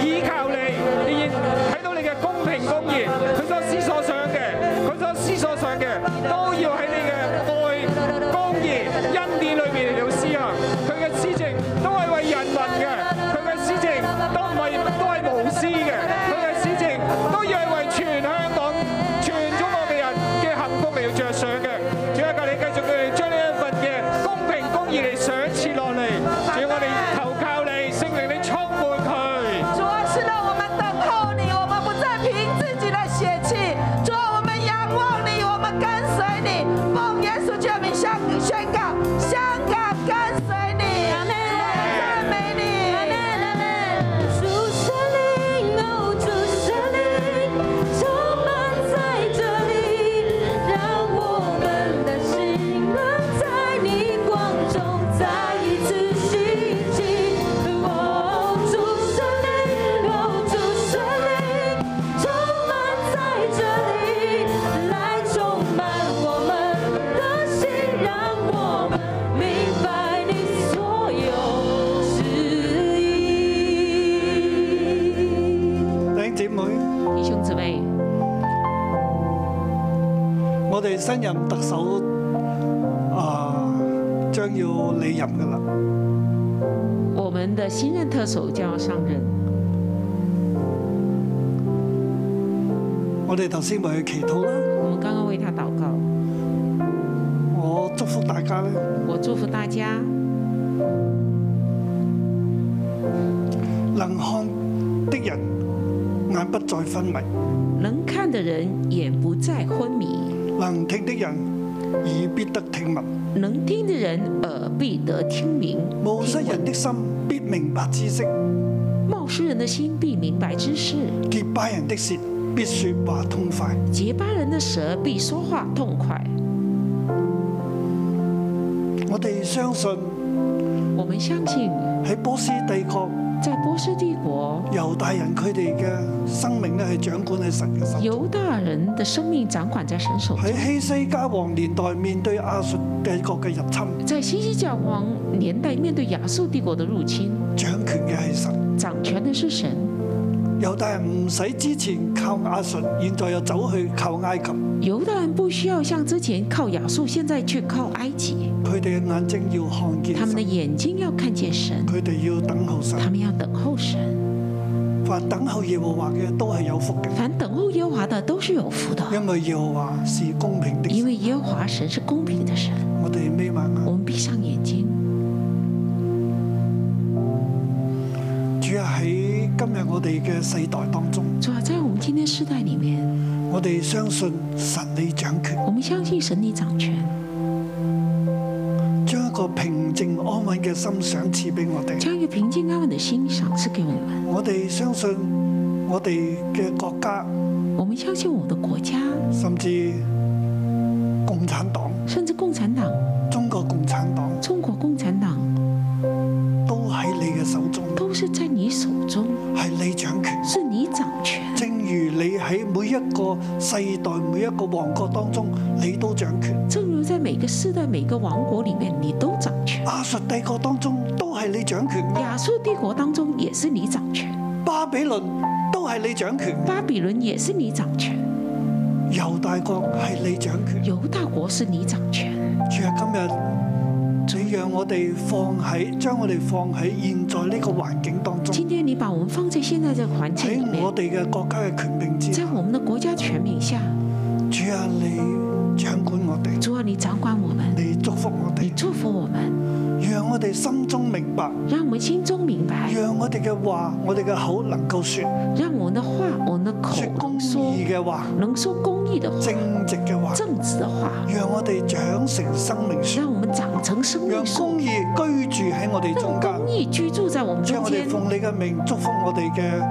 J: 依靠你，仍然睇到你嘅公平公義，佢所思所想嘅，佢所思所想嘅，都要喺你嘅愛。公義恩典裏面嚟到施行，佢嘅施政都係為人民嘅，佢嘅施政都唔係都係無私嘅，佢嘅施政都要係為全香港、全中國嘅人嘅幸福嚟到着想嘅。主啊，求你繼續去將呢一份嘅公平公義嚟賞賜落嚟，主要我哋投靠你，聖靈你充滿佢。
F: 主啊，是的，我们等候你，我们不再凭自己的血气。主啊，我们仰望你，我们跟随你。奉耶稣救名香宣告，香港跟随你。赞美你。
K: 主神灵，哦，主神灵，充满在这里，让我们的心能在你光中再一次兴起。哦，主神灵，哦，主神灵，充满在这里，来充满我们的心，让我们明白你所有旨意。
B: 弟兄姊妹，
C: 弟兄姊妹，
B: 我哋新任特首 à, 啊，將要理任噶啦。
C: 我们的新任特首将要上任，
B: 我哋頭先咪去祈禱啦，
C: 我们刚刚为他祷告，
B: 我祝福大家咧，
C: 我祝福大家
B: 能看的人眼不再昏迷，
C: 能看的人眼不再昏迷，
B: 能聽的人耳必得聽聞。
C: 能听的人耳必得听明。
B: 無失人的心必明白知識，
C: 冒失人的心必明白知识，
B: 結巴人的舌必說話痛快。
C: 结巴人的舌必说话痛快。
B: 我哋相信
C: 我们相信，
B: 喺波斯帝國
C: 在波斯帝国，
B: 猶大人佢哋嘅生命咧係掌管喺神嘅手中。
C: 犹大人的生命掌管在神手中。
B: 喺希西家王年代面對亞述帝國嘅入侵，
C: 在西西教皇年代，面对亚述帝国的入侵，
B: 掌權嘅係神。
C: 掌权的是神。
B: 猶大人唔使之前靠亞述，現在又走去靠埃及。
C: 犹大人不需要像之前靠亚述，现在却靠埃及。
B: 佢哋嘅眼睛要看見
C: 他们
B: 神
C: 的，眼睛要看见神，
B: 佢哋要等候神。
C: 他们要等候神。
B: 凡等候耶和華嘅都係有福嘅，
C: 凡等候耶和华的都是有福的，
B: 因為耶和華是公平的神。
C: 因为耶和华神是公平的神。
B: 我哋眯埋眼
C: 我。们闭上眼睛，
B: 主啊，喺今日我哋嘅世代當中，
C: 主啊，在我们今天世代里面，
B: 我哋相信神你掌權，
C: 我们相信神你掌权，
B: 將一個平靜安穩嘅心賞賜俾我哋。
C: 将一个平静安稳的心赏赐给我们。
B: 我哋相信我哋嘅國家，
C: 我们相信我们的国家，
B: 甚至共產黨、
C: 甚至共产党、
B: 中國共產黨
C: 中国共产党
B: 都喺你嘅手中，
C: 都是在你手中，
B: 係你掌權。
C: 是你掌权。
B: 正如你喺每一個世代、每一個王國當中，你都掌權；
C: 正如在每个世代、每个王国里面，你都掌权。
B: 亞述帝國當中都係你掌權；
C: 亚述帝国当中也是你掌权，
B: 巴比倫都係你掌權。
C: 巴比伦也是你掌权，
B: 猶大國係你掌權，
C: 犹大国是你掌权。
B: 主啊，今日你讓我哋放喺將我哋放喺現在呢個環境當中，
C: 今天你把我们放在现在这个环境里
B: 喺我
C: 面，
B: 哋嘅國家嘅權柄之
C: 在
B: 下，
C: 我们的国家权柄下，
B: 主啊，你掌管我哋，
C: 主啊，你掌管我们，
B: 你祝福我
C: 你
B: 哋，
C: 祝福我们，
B: 讓讓我哋心中明白，
C: 让我们心中明白，
B: 讓我哋嘅話，我哋嘅口能夠說
C: 让我们的话，我们的口
B: 说公
C: 能说
B: 義嘅話、
C: 能说公义的话、
B: 正直嘅話，
C: 正直的话，
B: 讓我哋長成生命樹，
C: 让我们长成生
B: 讓
C: 命树
B: 公，義居住喺我哋中
C: 让
B: 間。
C: 公义居住在我们
B: 將
C: 中
B: 我哋
C: 间。
B: 奉你嘅名祝福我哋嘅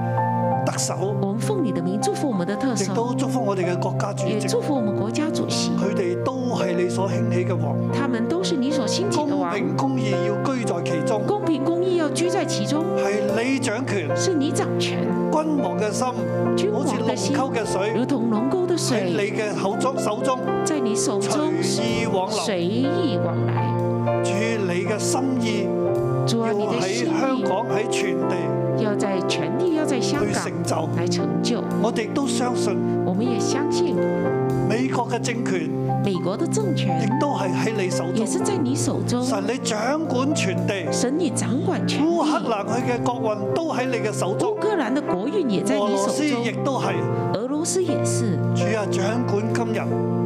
B: 特首，
C: 我们奉你的名祝福我们的特
B: 亦
C: 首，
B: 都祝福我哋嘅國家主
C: 也
B: 席，
C: 祝福我们国家主席，
B: 佢哋都係你所興起嘅王，
C: 他们都是你所兴起的
B: 公
C: 王，
B: 平公義要居在其中，
C: 公平公义要居在其中，
B: 係你掌權，
C: 是你掌权，
B: 君王嘅心
C: 君
B: 好似
C: 王的心
B: 龍溝嘅水
C: 如同龙沟的
B: 喺
C: 水，
B: 你嘅口中手中
C: 在你手中
B: 隨意往流，
C: 随意往来。
B: 主你嘅心意
C: 主
B: 要
C: 啊，你的
B: 喺
C: 心
B: 香
C: 意
B: 港喺全地
C: 要在全地，要在香
B: 去
C: 港
B: 成就，
C: 来成就。
B: 我哋都相信
C: 我们也相信
B: 美國嘅政權
C: 美国的政
B: 亦
C: 权
B: 都係喺你手
C: 也
B: 中，
C: 是在你手中，
B: 神你掌管全地。
C: 神你掌管全
B: 烏克
C: 地。
B: 蘭佢嘅國運都喺你嘅手
C: 乌
B: 中，
C: 克兰的国运也在
B: 俄
C: 你
B: 羅
C: 手
B: 斯亦
C: 中，
B: 都係。
C: 俄罗斯也是。
B: 主啊，掌管今日，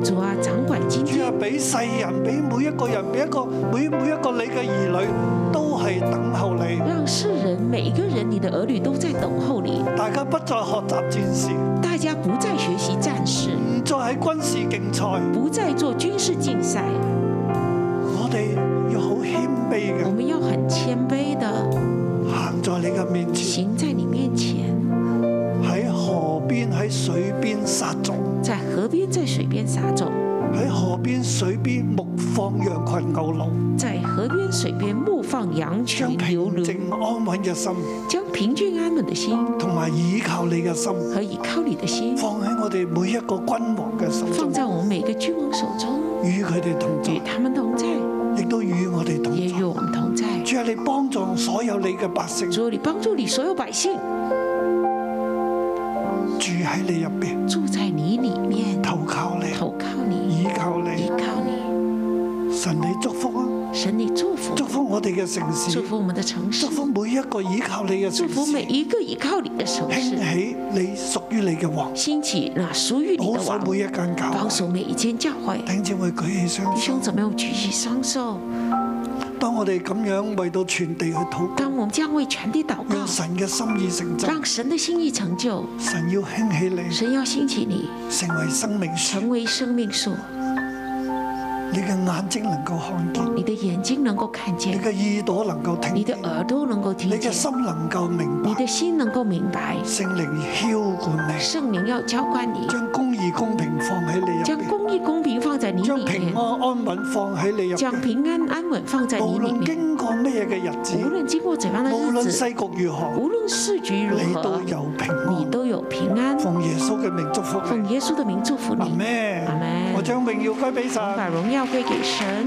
C: 主啊，掌管今
B: 主
C: 天
B: 啊，。俾世人，俾每一個人，俾一個每每一個你嘅兒女，都係等候你。
C: 让世人每一个人，你的儿女都在等候你。
B: 大家不再學習戰事，
C: 大家不再学习战事，
B: 唔再喺軍事競賽，
C: 不再做军事竞赛，
B: 我哋要好謙卑
C: 我
B: 嘅
C: 们要很谦卑的
B: 行在你嘅面前，
C: 行在你面前，
B: 喺河邊、喺水邊撒種，
C: 在河边，在水边撒种，
B: 喺河邊、水邊牧放羊群牛鹿，
C: 在河边、水边牧放羊
B: 將
C: 群牛
B: 平
C: 犊，
B: 靜安穩嘅心
C: 将平静安稳的心
B: 同埋倚靠你嘅心。
C: 和倚靠你的心
B: 放喺我哋每一個君王嘅手
C: 放
B: 中，
C: 在我们每个君王手中，
B: 與佢哋同在
C: 与，他们同在，
B: 亦都與我哋同
C: 也与
B: 在。
C: 我们同在。
B: 主啊，你幫助所有你嘅百姓
C: 主，你帮助你所有百姓
B: 住喺你入邊，
C: 住在你里面，
B: 投靠你，
C: 投靠你，
B: 倚靠
C: 依
B: 你。
C: 靠你。
B: 神，你祝福啊！
C: 神，你祝福
B: 祝福我哋嘅城市
C: 祝，福我们的城市
B: 祝，福每一個倚靠你嘅
C: 祝
B: 城
C: 福每
B: 市，
C: 一个依靠你的城市
B: 興，起你屬於你嘅王，
C: 兴起那属于你
B: 保
C: 的
B: 守
C: 王，
B: 每一間教
C: 保
B: 會。
C: 守每一间教会。
B: 弟兄姊妹舉起雙
C: 弟兄
B: 手，
C: 姊妹，我们举起双手，
B: 當我哋咁樣為到全地去禱告，
C: 当我们将为全地祷告
B: 讓，神嘅心意成真。
C: 让神的心意成就。
B: 神要興起你，
C: 神要兴起你，
B: 成為生命樹，
C: 成为生命树，
B: 你嘅眼睛能夠看見。
C: 你的眼睛能够看
B: 你
C: 见，
B: 嘅耳朵能夠聽
C: 你的
B: 見，
C: 耳朵能够听
B: 你嘅
C: 见，
B: 心能夠明
C: 你
B: 白，
C: 的心能够明白。
B: 聖靈澆灌你，
C: 圣灵要浇灌你，
B: 將公義公平放喺你
C: 将
B: 入
C: 公义公平放在你
B: 邊，
C: 里
B: 將
C: 面
B: 平安，安穩放喺你入
C: 将
B: 邊。
C: 平安安稳放在你
B: 無
C: 里
B: 論
C: 面。
B: 經過咩嘅日
C: 无
B: 子，
C: 论经过怎样的
B: 無論
C: 日子，
B: 世局如何，
C: 无论世局如
B: 你都
C: 何，
B: 有平
C: 你
B: 安。
C: 都有平安。
B: 奉耶穌嘅名祝福
C: 奉
B: 你，
C: 耶稣的名祝福
B: 阿
C: 你，
B: 咩
C: 阿？們
B: 我將榮耀歸俾神。
C: 把荣耀归给神。